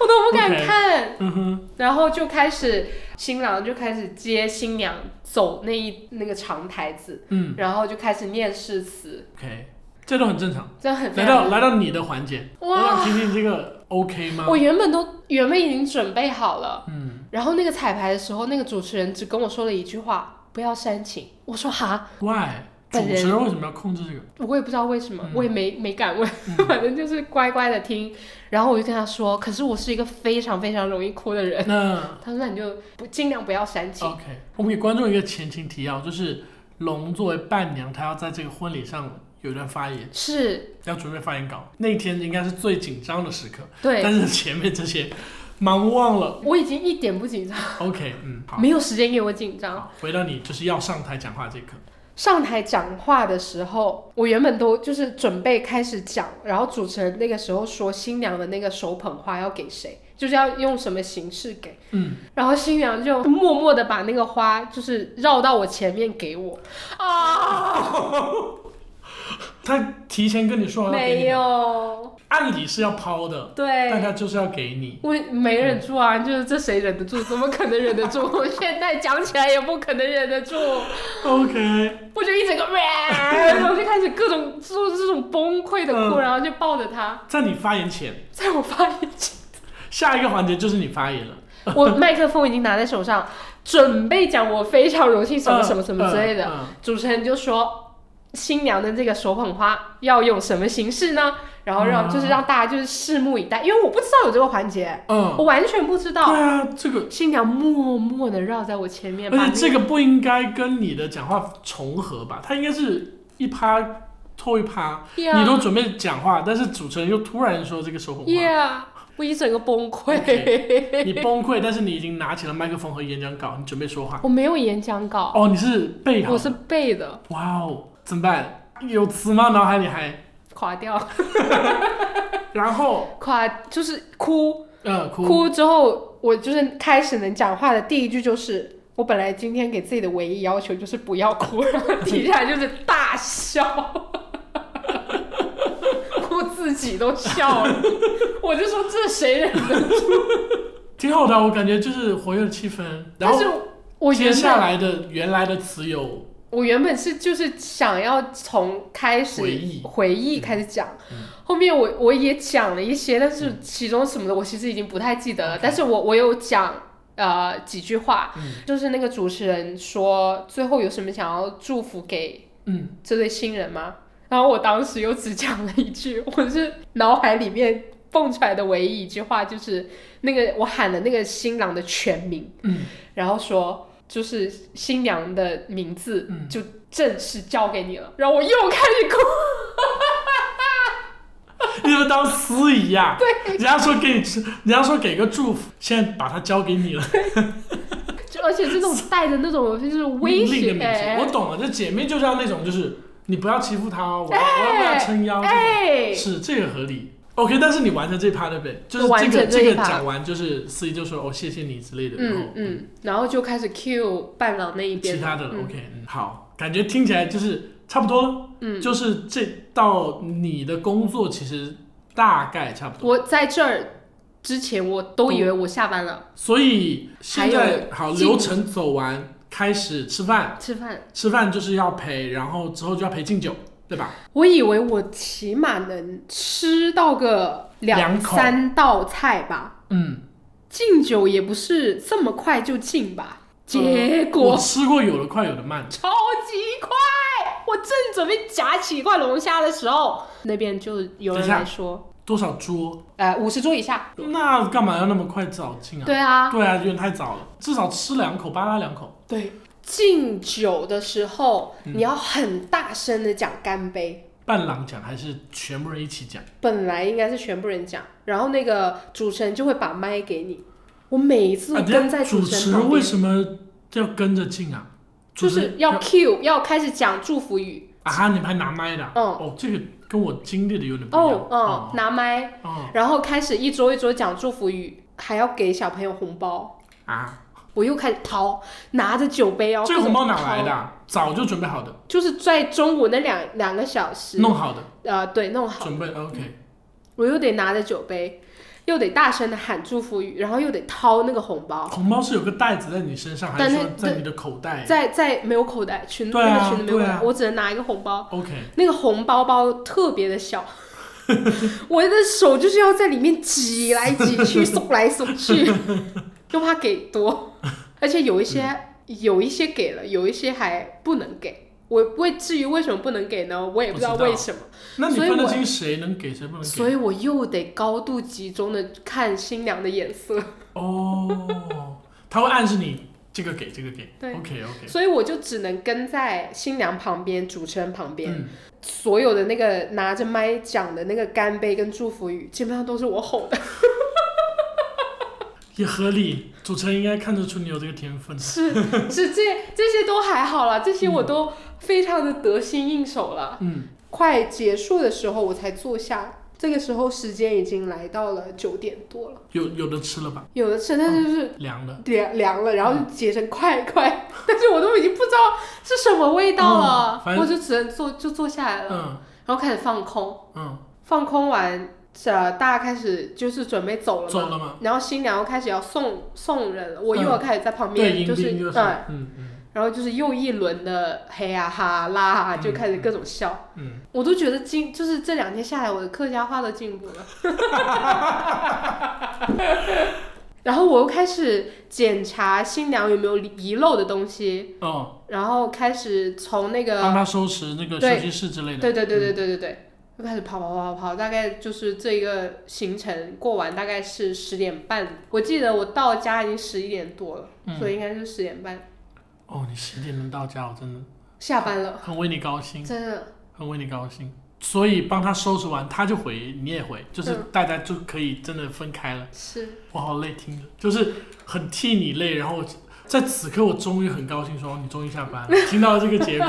Speaker 2: 我都不敢
Speaker 1: OK
Speaker 2: 看。
Speaker 1: 嗯哼，
Speaker 2: 然后就开始，新郎就开始接新娘走那一那个长台子，
Speaker 1: 嗯
Speaker 2: 然后就开始念誓词，
Speaker 1: ，OK，这都很正常。
Speaker 2: 真的很非
Speaker 1: 来
Speaker 2: 常
Speaker 1: 到来到你的环节，我
Speaker 2: 啊哇！
Speaker 1: 想听听这个 OK 吗？
Speaker 2: 我原本都原本已经准备好了，
Speaker 1: 嗯，
Speaker 2: 然后那个彩排的时候，那个主持人只跟我说了一句话：“不要煽情。”我说：“哈，
Speaker 1: ，Why？主
Speaker 2: 本人
Speaker 1: 持人为什么要控制这个？
Speaker 2: 我也不知道为什么，
Speaker 1: 嗯
Speaker 2: 我也没没敢问，反正就是乖乖的听。”然后我就跟他说：“可是我是一个非常非常容易哭的人。”
Speaker 1: 那
Speaker 2: 他说：“那你就不尽量不要煽情。
Speaker 1: OK，我们给观众一个前情提要，就是龙作为伴娘，她要在这个婚礼上有一段发言，
Speaker 2: 是，
Speaker 1: 要准备发言稿。那一天应该是最紧张的时刻，
Speaker 2: 对，
Speaker 1: 但是前面这些忙忘了。
Speaker 2: 我已经一点不紧张。
Speaker 1: OK，嗯，好，
Speaker 2: 没有时间给我紧张。
Speaker 1: 好，回到你就是要上台讲话这一刻。
Speaker 2: 上台讲话的时候，我原本都就是准备开始讲，然后主持人那个时候说新娘的那个手捧花要给谁，就是要用什么形式给，
Speaker 1: 嗯，
Speaker 2: 然后新娘就默默的把那个花就是绕到我前面给我，啊，
Speaker 1: 他提前跟你说好要给你
Speaker 2: 没
Speaker 1: 吗
Speaker 2: 有，
Speaker 1: 按理是要抛的，但
Speaker 2: 对。
Speaker 1: 他就是要给你。
Speaker 2: 我没忍住啊，就是这谁忍得住？怎么可能忍得住？我现在讲起来也不可能忍得住。
Speaker 1: OK，
Speaker 2: 我就一整个，然后就开始各种做这种崩溃的哭，
Speaker 1: 嗯
Speaker 2: 然后就抱着他，
Speaker 1: 在你发言前，
Speaker 2: 在我发言前，
Speaker 1: 下一个环节就是你发言了。
Speaker 2: 我麦克风已经拿在手上，准备讲我非常荣幸什么什么什么之类的。
Speaker 1: 嗯
Speaker 2: 主持人就说，新娘的这个手捧花要用什么形式呢？然后让
Speaker 1: 啊
Speaker 2: 就是让大家就是拭目以待，因为我不知道有这个环节，
Speaker 1: 嗯，
Speaker 2: 我完全不知
Speaker 1: 对
Speaker 2: 道。
Speaker 1: 啊，这个，
Speaker 2: 新娘默默的绕在我前面，把
Speaker 1: 而且
Speaker 2: 那
Speaker 1: 这个不应该跟你的讲话重合吧？他应该是一趴拖一趴，
Speaker 2: yeah,
Speaker 1: 你都准备讲话，但是主持人又突然说这个手捧花，
Speaker 2: yeah，我一整个崩溃。
Speaker 1: 你崩溃，但是你已经拿起了麦克风和演讲稿，你准备说话。
Speaker 2: 我没有演讲稿，
Speaker 1: 哦，你是背好
Speaker 2: 我
Speaker 1: 的？
Speaker 2: 是背的，
Speaker 1: 哇哦，怎么办？有词吗？脑海里还？
Speaker 2: 垮掉，
Speaker 1: 然后，
Speaker 2: 垮就是哭
Speaker 1: 呃，哭，
Speaker 2: 哭之后，我就是开始能讲话的第一句就是，我本来今天给自己的唯一要求就是不要哭，然后底下就是大笑， 我自己都笑了，我就说这谁忍得住？
Speaker 1: 挺好的，我感觉就是活跃的气氛。然
Speaker 2: 但
Speaker 1: 后
Speaker 2: 是我
Speaker 1: 接
Speaker 2: 原
Speaker 1: 下
Speaker 2: 本
Speaker 1: 来的原来的词有，
Speaker 2: 我原本是就是想要从开始
Speaker 1: 回忆
Speaker 2: 回忆开始讲，
Speaker 1: 嗯
Speaker 2: 后面我我也讲了一些，但是其中什么的我其实已经不太记得了，
Speaker 1: OK
Speaker 2: 但是我我有讲呃几句话，
Speaker 1: 嗯
Speaker 2: 就是那个主持人说最后有什么想要祝福给
Speaker 1: 嗯，
Speaker 2: 这对新人吗？然后我当时又只讲了一句，我是脑海里面蹦出来的唯一一句话就是那个我喊的那个新郎的全名，
Speaker 1: 嗯，
Speaker 2: 然后说就是新娘的名字，
Speaker 1: 嗯
Speaker 2: 就正式交给你了。然后我又开始哭，
Speaker 1: 你就当司仪 呀、对，人家说给你吃，人家说给个祝福，现在把它交给你了，
Speaker 2: 就而且这种带着那种就是 威
Speaker 1: 命令的
Speaker 2: 胁，
Speaker 1: 名
Speaker 2: 哎
Speaker 1: 字。我懂了，这姐妹就是要那种，就是你不要欺负她哦，我要、我要为她撑腰这种。
Speaker 2: 哎，
Speaker 1: 是这个合理。OK，但是你完成这一趴对不对？就是
Speaker 2: 完
Speaker 1: 这
Speaker 2: 成
Speaker 1: 个
Speaker 2: 这一
Speaker 1: 个
Speaker 2: 趴
Speaker 1: 讲完，就是司仪就说哦谢谢你之类的，然后
Speaker 2: 嗯嗯，然后就开始 cue 伴郎那一边
Speaker 1: 其
Speaker 2: 了，
Speaker 1: 他的了。
Speaker 2: 嗯
Speaker 1: OK，嗯好，感觉听起来就是差不多了。
Speaker 2: 嗯
Speaker 1: 就是这到你的工作其实大概差不多，
Speaker 2: 我在这儿之前我都以为我下班了，
Speaker 1: 所以现
Speaker 2: 还
Speaker 1: 在
Speaker 2: 有
Speaker 1: 好
Speaker 2: 进
Speaker 1: 流程走完，开始吃饭，
Speaker 2: 吃饭，
Speaker 1: 吃饭就是要陪，然后之后就要陪敬酒，对吧？
Speaker 2: 我以为我起码能吃到个
Speaker 1: 两
Speaker 2: 两
Speaker 1: 口
Speaker 2: 三道菜吧，
Speaker 1: 嗯，
Speaker 2: 敬酒也不是这么快就敬吧，结果
Speaker 1: 嗯我吃过有的快有的慢，
Speaker 2: 超级快！我正准备夹起一块龙虾的时候，那边就有
Speaker 1: 等一
Speaker 2: 人
Speaker 1: 下
Speaker 2: 来说，
Speaker 1: 多少桌？
Speaker 2: 呃，五十桌以下。
Speaker 1: 那干嘛要那么快找进啊？
Speaker 2: 对啊，
Speaker 1: 对啊，有点太早了，至少吃两口，扒拉两口。
Speaker 2: 对，敬酒的时候、你要很大声的讲干杯，
Speaker 1: 伴郎讲还是全部人一起讲？
Speaker 2: 本来应该是全部人讲，然后那个主持人就会把麦给你。我每一次
Speaker 1: 啊等
Speaker 2: 都
Speaker 1: 一下
Speaker 2: 跟在
Speaker 1: 主
Speaker 2: 持
Speaker 1: 持
Speaker 2: 人旁
Speaker 1: 人
Speaker 2: 边
Speaker 1: 为，什么要跟着进啊？
Speaker 2: 就
Speaker 1: 主持
Speaker 2: 是
Speaker 1: 人
Speaker 2: 要 cue 要开始讲祝福语。
Speaker 1: 啊，你们还拿麦的啊？
Speaker 2: 嗯
Speaker 1: 哦，这个跟我经历的有点不一样
Speaker 2: 哦。，嗯，拿麦，
Speaker 1: 哦哦
Speaker 2: 然后开始一桌一桌讲祝福语，还要给小朋友红包。
Speaker 1: 啊，
Speaker 2: 我又开始掏，拿着酒杯哦，
Speaker 1: 这个红包哪来
Speaker 2: 各
Speaker 1: 的
Speaker 2: 种
Speaker 1: 啊？早就准备好的
Speaker 2: 掏？，就是在中午那两两个小时，
Speaker 1: 弄好的，
Speaker 2: 呃，对，弄好，
Speaker 1: 准备 OK。
Speaker 2: 我又得拿着酒杯，又得大声的喊祝福语，然后又得掏那个红包，
Speaker 1: 红包是有个袋子在你身上，还
Speaker 2: 但
Speaker 1: 是
Speaker 2: 那
Speaker 1: 说在你的口袋
Speaker 2: 在在没有口袋裙，
Speaker 1: 对啊
Speaker 2: 那个裙子没有口袋，
Speaker 1: 对啊
Speaker 2: 我只能拿一个红包，
Speaker 1: ？OK，
Speaker 2: 那个红包包特别的小。我的手就是要在里面挤来挤去，送来送去，又怕给多，而且有一些、
Speaker 1: 嗯
Speaker 2: 有一些给了，有一些还不能给。我为至于为什么不能给呢？我也不知道
Speaker 1: 不知道
Speaker 2: 为什么，
Speaker 1: 那你
Speaker 2: 所以
Speaker 1: 分得
Speaker 2: 我
Speaker 1: 清谁能给谁不能
Speaker 2: 所
Speaker 1: 给？
Speaker 2: 以我又得高度集中的看新娘的眼色，
Speaker 1: 哦，他会暗示你这个给这个给。
Speaker 2: 对
Speaker 1: OK OK。
Speaker 2: 所以我就只能跟在新娘旁边、主持人旁边，
Speaker 1: 嗯，
Speaker 2: 所有的那个拿着麦讲的那个干杯跟祝福语，基本上都是我吼的。
Speaker 1: 也合理。主持人应该看得出你有这个天分。
Speaker 2: 是是这这些都还好啦，这些我都非常的得心应手了。
Speaker 1: 嗯，
Speaker 2: 快结束的时候我才坐下，这个时候时间已经来到了九点多了，
Speaker 1: 有有的吃了吧？
Speaker 2: 有的吃但是就是
Speaker 1: 凉了。
Speaker 2: 凉凉了，然后就结成块块，但是我都已经不知道是什么味道
Speaker 1: 嗯
Speaker 2: 了，
Speaker 1: 反正
Speaker 2: 我就只能坐就坐下来了，
Speaker 1: 嗯
Speaker 2: 然后开始放空，
Speaker 1: 嗯，
Speaker 2: 放空完。呃，大家开始就是准备走了嘛，
Speaker 1: 走了吗？
Speaker 2: 然后新娘又开始要送送人了，我又要开始在旁
Speaker 1: 对，
Speaker 2: 边、
Speaker 1: 迎
Speaker 2: 就
Speaker 1: 宾
Speaker 2: 是
Speaker 1: 就是
Speaker 2: 对，
Speaker 1: 嗯嗯
Speaker 2: 然后就是又一轮的嘿呀、哈啦哈，就开始各种笑，
Speaker 1: 嗯，
Speaker 2: 我都觉得进就是这两天下来，我的客家话都进步了。 然后我又开始检查新娘有没有遗漏的东西，
Speaker 1: 哦，
Speaker 2: 然后开始从那
Speaker 1: 帮
Speaker 2: 个，
Speaker 1: 他收拾那个休
Speaker 2: 对
Speaker 1: 息室之类的。
Speaker 2: 对对对对对对对，又开始跑跑跑跑跑，大概就是这一个行程过完，大概是十点半，我记得我到家已经十一点多了，
Speaker 1: 嗯
Speaker 2: 所以应该是十点半
Speaker 1: 哦，你十点能到家，我真的
Speaker 2: 下班了，
Speaker 1: 很为你高兴，
Speaker 2: 真的。
Speaker 1: 很为你高兴。所以帮他收拾完，他就回，你也回，就是
Speaker 2: 嗯
Speaker 1: 大家就可以真的分开了。
Speaker 2: 是
Speaker 1: 我好累，听着就是很替你累。然后在此刻，我终于很高兴说，你终于下班 了，听到这个结果。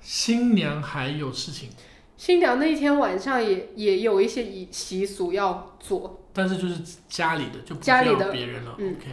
Speaker 1: 新娘还有事情，
Speaker 2: 新娘那一天晚上也也有一些习习俗要做，
Speaker 1: 但是就是家里的就不需
Speaker 2: 家里
Speaker 1: 要
Speaker 2: 的
Speaker 1: 别人了。
Speaker 2: 嗯
Speaker 1: OK，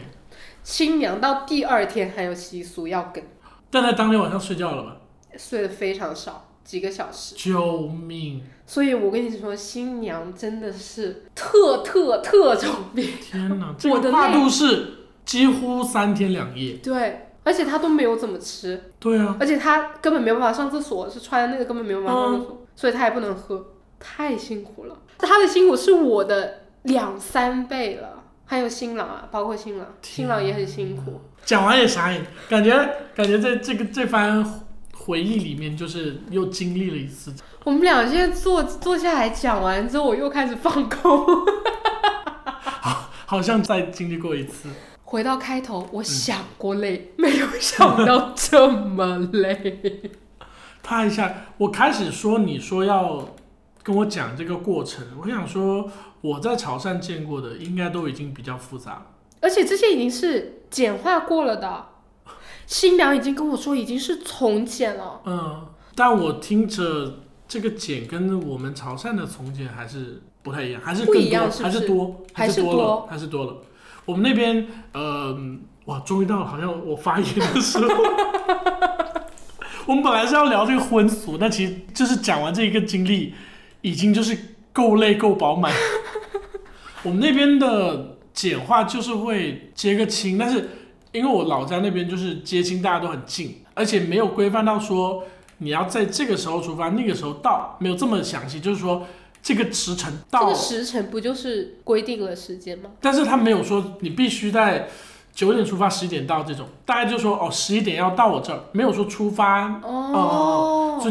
Speaker 2: 新娘到第二天还有习俗要跟，
Speaker 1: 但他当天晚上睡觉了吧？
Speaker 2: 睡得非常少，几个小时。
Speaker 1: 救命！
Speaker 2: 所以我跟你说，新娘真的是特特特种 兵。
Speaker 1: 天哪，这
Speaker 2: 我的
Speaker 1: 个跨
Speaker 2: 累
Speaker 1: 度是几乎三天两夜。
Speaker 2: 对，而且她都没有怎么吃，
Speaker 1: 对啊，
Speaker 2: 而且她根本没有办法上厕所，是穿的那个根本没有办法上厕所，所以她也不能喝，太辛苦了。她的辛苦是我的两三倍了。还有新郎啊，包括新郎，新郎也很辛苦。
Speaker 1: 讲完也傻眼，感觉感觉在这个这番回忆里面，就是又经历了一次
Speaker 2: 我们俩现在坐坐下来讲完之后，我又开始放空。
Speaker 1: 好像再经历过一次。
Speaker 2: 回到开头，我想过累，没有想到这么累。
Speaker 1: 他一下，我开始说你说要跟我讲这个过程，我想说我在潮汕见过的应该都已经比较复杂了。
Speaker 2: 而且这些已经是简化过了的，新娘已经跟我说已经是从简了。
Speaker 1: 嗯，但我听着这个简跟我们潮汕的从简还是不太一样，还是
Speaker 2: 不
Speaker 1: 更
Speaker 2: 一
Speaker 1: 多，
Speaker 2: 样是不
Speaker 1: 还
Speaker 2: 是
Speaker 1: 多，
Speaker 2: 还
Speaker 1: 是
Speaker 2: 是
Speaker 1: 多了
Speaker 2: 多，
Speaker 1: 还是多了。我们那边，呃，哇，终于到了，好像我发言的时候。 我们本来是要聊这个婚俗，但其实就是讲完这一个经历，已经就是够累够饱满。 我们那边的简化就是会接个亲，但是因为我老家那边就是接亲大家都很近，而且没有规范到说你要在这个时候出发，那个时候到，没有这么详细，就是说这个时辰
Speaker 2: 这
Speaker 1: 到
Speaker 2: 个
Speaker 1: 了，
Speaker 2: 时辰不就是规定了时间吗？
Speaker 1: 但是他没有说你必须在九点出发，十一点到这种，大家就说哦十一点要到我这儿，没有说出发，所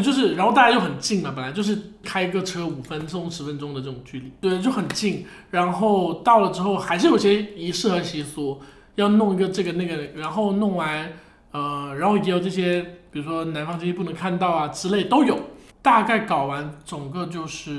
Speaker 1: 以
Speaker 2: 哦，
Speaker 1: 就是然后大家又很近嘛，本来就是开个车五分钟十分钟的这种距离，对，就很近。然后到了之后还是有些仪式和习俗，要弄一个这个那个，然后弄完呃，然后也有这些，比如说南方这些不能看到啊之类都有。大概搞完，总个就是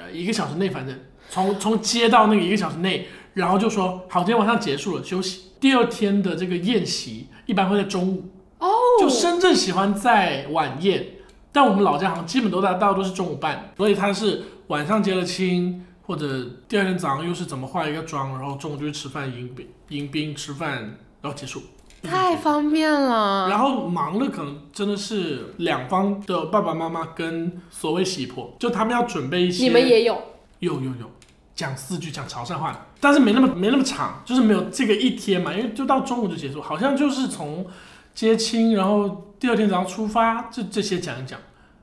Speaker 1: 呃一个小时内，反正从从接到那个一个小时内，然后就说好，今天晚上结束了，休息。第二天的这个宴席一般会在中午，
Speaker 2: 哦
Speaker 1: 就深圳喜欢在晚宴，但我们老家好像基本都大大家都是中午办，所以他是晚上结了亲，或者第二天早上又是怎么化一个妆，然后中午就去吃饭迎宾迎宾吃饭，然后结束。
Speaker 2: 太方便了。
Speaker 1: 然后忙的可能真的是两方的爸爸妈妈跟所谓喜婆，就他们要准备一些。
Speaker 2: 你们也有
Speaker 1: 有有有，讲四句讲潮汕话的，但是没那么没那么长，就是没有这个一天嘛，因为就到中午就结束，好像就是从接亲，然后第二天早上出发，就这些讲一讲，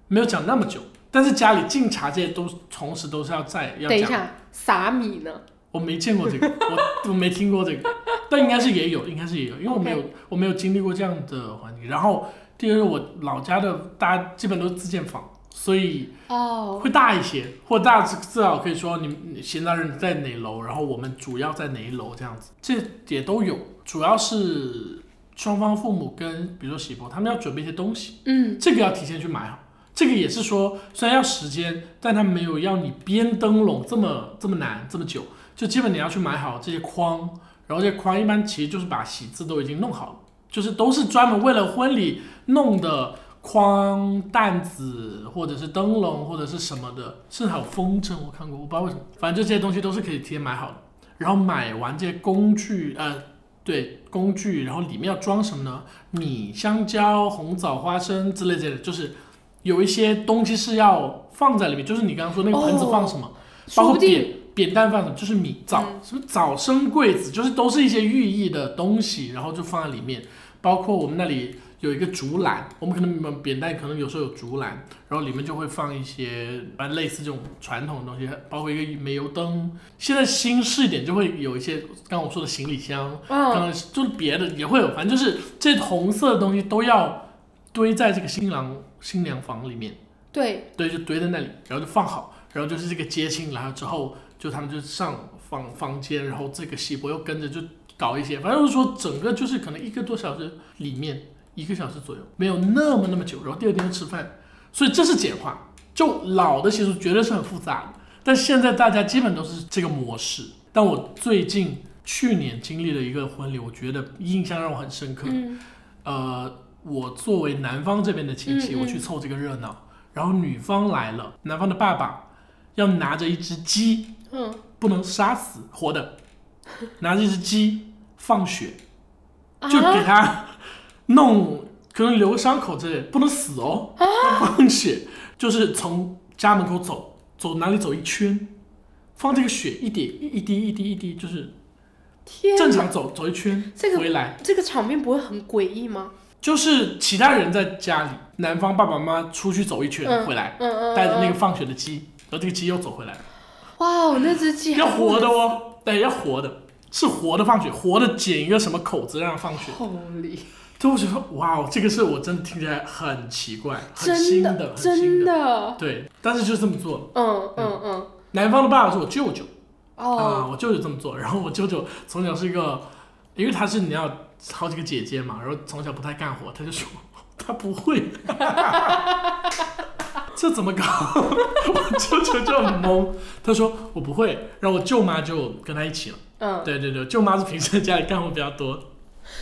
Speaker 1: 没有讲那么久。但是家里敬茶这些都同时都是要在要
Speaker 2: 等一
Speaker 1: 讲，
Speaker 2: 下撒米呢？
Speaker 1: 我没见过这个，我我没听过这个，但应该是也有，应该是也有，因为我没有我没有经历过这样的环境。然后第二个，我老家的大家基本都是自建房，所以
Speaker 2: 哦，
Speaker 1: 会大一些，或大至少可以说你你闲杂人在哪楼，然后我们主要在哪一楼这样子，这也都有。主要是双方父母跟比如说媳妇，他们要准备一些东西，
Speaker 2: 嗯，
Speaker 1: 这个要提前去买好。这个也是说，虽然要时间，但他没有要你编灯笼这么这么难这么久，就基本你要去买好这些框，然后这些框一般其实就是把喜字都已经弄好了，就是都是专门为了婚礼弄的框、担子或者是灯笼或者是什么的，甚至还有风筝，我看过，我不知道为什么，反正就这些东西都是可以提前买好的。然后买完这些工具，呃，对，工具，然后里面要装什么呢？米、香蕉、红枣、花生之类之类的，就是有一些东西是要放在里面，就是你刚刚说那个盆子
Speaker 2: 哦
Speaker 1: 放什么。包
Speaker 2: 说
Speaker 1: 括
Speaker 2: 不定嗯
Speaker 1: 扁扁担饭什么，就是米枣，什么早生贵子，就是都是一些寓意的东西，然后就放在里面。包括我们那里有一个竹篮，我们可能扁担可能有时候有竹篮，然后里面就会放一些反正类似这种传统的东西，包括一个煤油灯。现在新式一点就会有一些刚刚我说的行李箱，
Speaker 2: 嗯，
Speaker 1: 嗯，就是别的也会有，反正就是这红色的东西都要堆在这个新郎新娘房里面。
Speaker 2: 对，
Speaker 1: 对，就堆在那里，然后就放好，然后就是这个接亲来了之后，就他们就上房房间，然后这个喜伯又跟着就搞一些，反正就是说整个就是可能一个多小时里面，一个小时左右，没有那么那么久，然后第二天就吃饭，所以这是简化，就老的习俗绝对是很复杂的，但现在大家基本都是这个模式。但我最近去年经历了一个婚礼，我觉得印象让我很深刻。
Speaker 2: 嗯
Speaker 1: 呃，我作为南方这边的亲戚，
Speaker 2: 嗯嗯
Speaker 1: 我去凑这个热闹，然后女方来了，男方的爸爸要拿着一只鸡，
Speaker 2: 嗯
Speaker 1: 不能杀死活的，拿着一只鸡放血，
Speaker 2: 啊
Speaker 1: 就给他弄，可能留个伤口之类的，不能死哦，
Speaker 2: 啊
Speaker 1: 要放血，就是从家门口走，走哪里走一圈，放这个血一点一滴一滴一滴，就是
Speaker 2: 天
Speaker 1: 正
Speaker 2: 哪
Speaker 1: 常走走一圈，
Speaker 2: 这个
Speaker 1: 回来。
Speaker 2: 这个场面不会很诡异吗？
Speaker 1: 就是其他人在家里，男方爸爸妈妈出去走一圈、
Speaker 2: 嗯
Speaker 1: 回来，
Speaker 2: 嗯嗯，
Speaker 1: 带着那个
Speaker 2: 嗯
Speaker 1: 放血的鸡，然后这个鸡又走回来，
Speaker 2: 哇哦，那只鸡还
Speaker 1: 要活的哦，对，要活的，是活的放血，活的剪一个什么口子让它放血。
Speaker 2: ，Holy，
Speaker 1: 就我觉得哇哦，这个事我真的听起来很奇怪，很
Speaker 2: 真
Speaker 1: 新
Speaker 2: 的
Speaker 1: 很新
Speaker 2: 真
Speaker 1: 的，
Speaker 2: 的，
Speaker 1: 对，但是就这么做了。
Speaker 2: 嗯嗯嗯，
Speaker 1: 男方的爸爸是我舅舅啊、
Speaker 2: 哦，
Speaker 1: 我舅舅这么做，然后我舅舅从小是一个，因为他是你要好几个姐姐嘛，然后从小不太干活，他就说他不会， 这怎么搞？ 我舅舅就很懵，他说我不会，然后我舅妈就跟他一起了。
Speaker 2: 嗯，
Speaker 1: 对对对，舅妈是平时在家里干活比较多，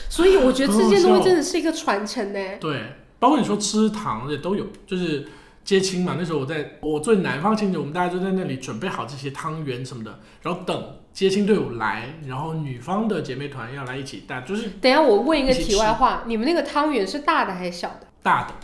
Speaker 2: 所以我觉得这件
Speaker 1: 很
Speaker 2: 东
Speaker 1: 好笑
Speaker 2: 西真的是一个传承呢。
Speaker 1: 对，包括你说吃糖的都有，就是接亲嘛。那时候我在我作为南方亲戚，我们大家就在那里准备好这些汤圆什么的，然后等接亲队伍来，然后女方的姐妹团要来一起带，就是
Speaker 2: 等一下我问一个
Speaker 1: 一起
Speaker 2: 题外话，你们那个汤圆是大的还是小的？
Speaker 1: 大的，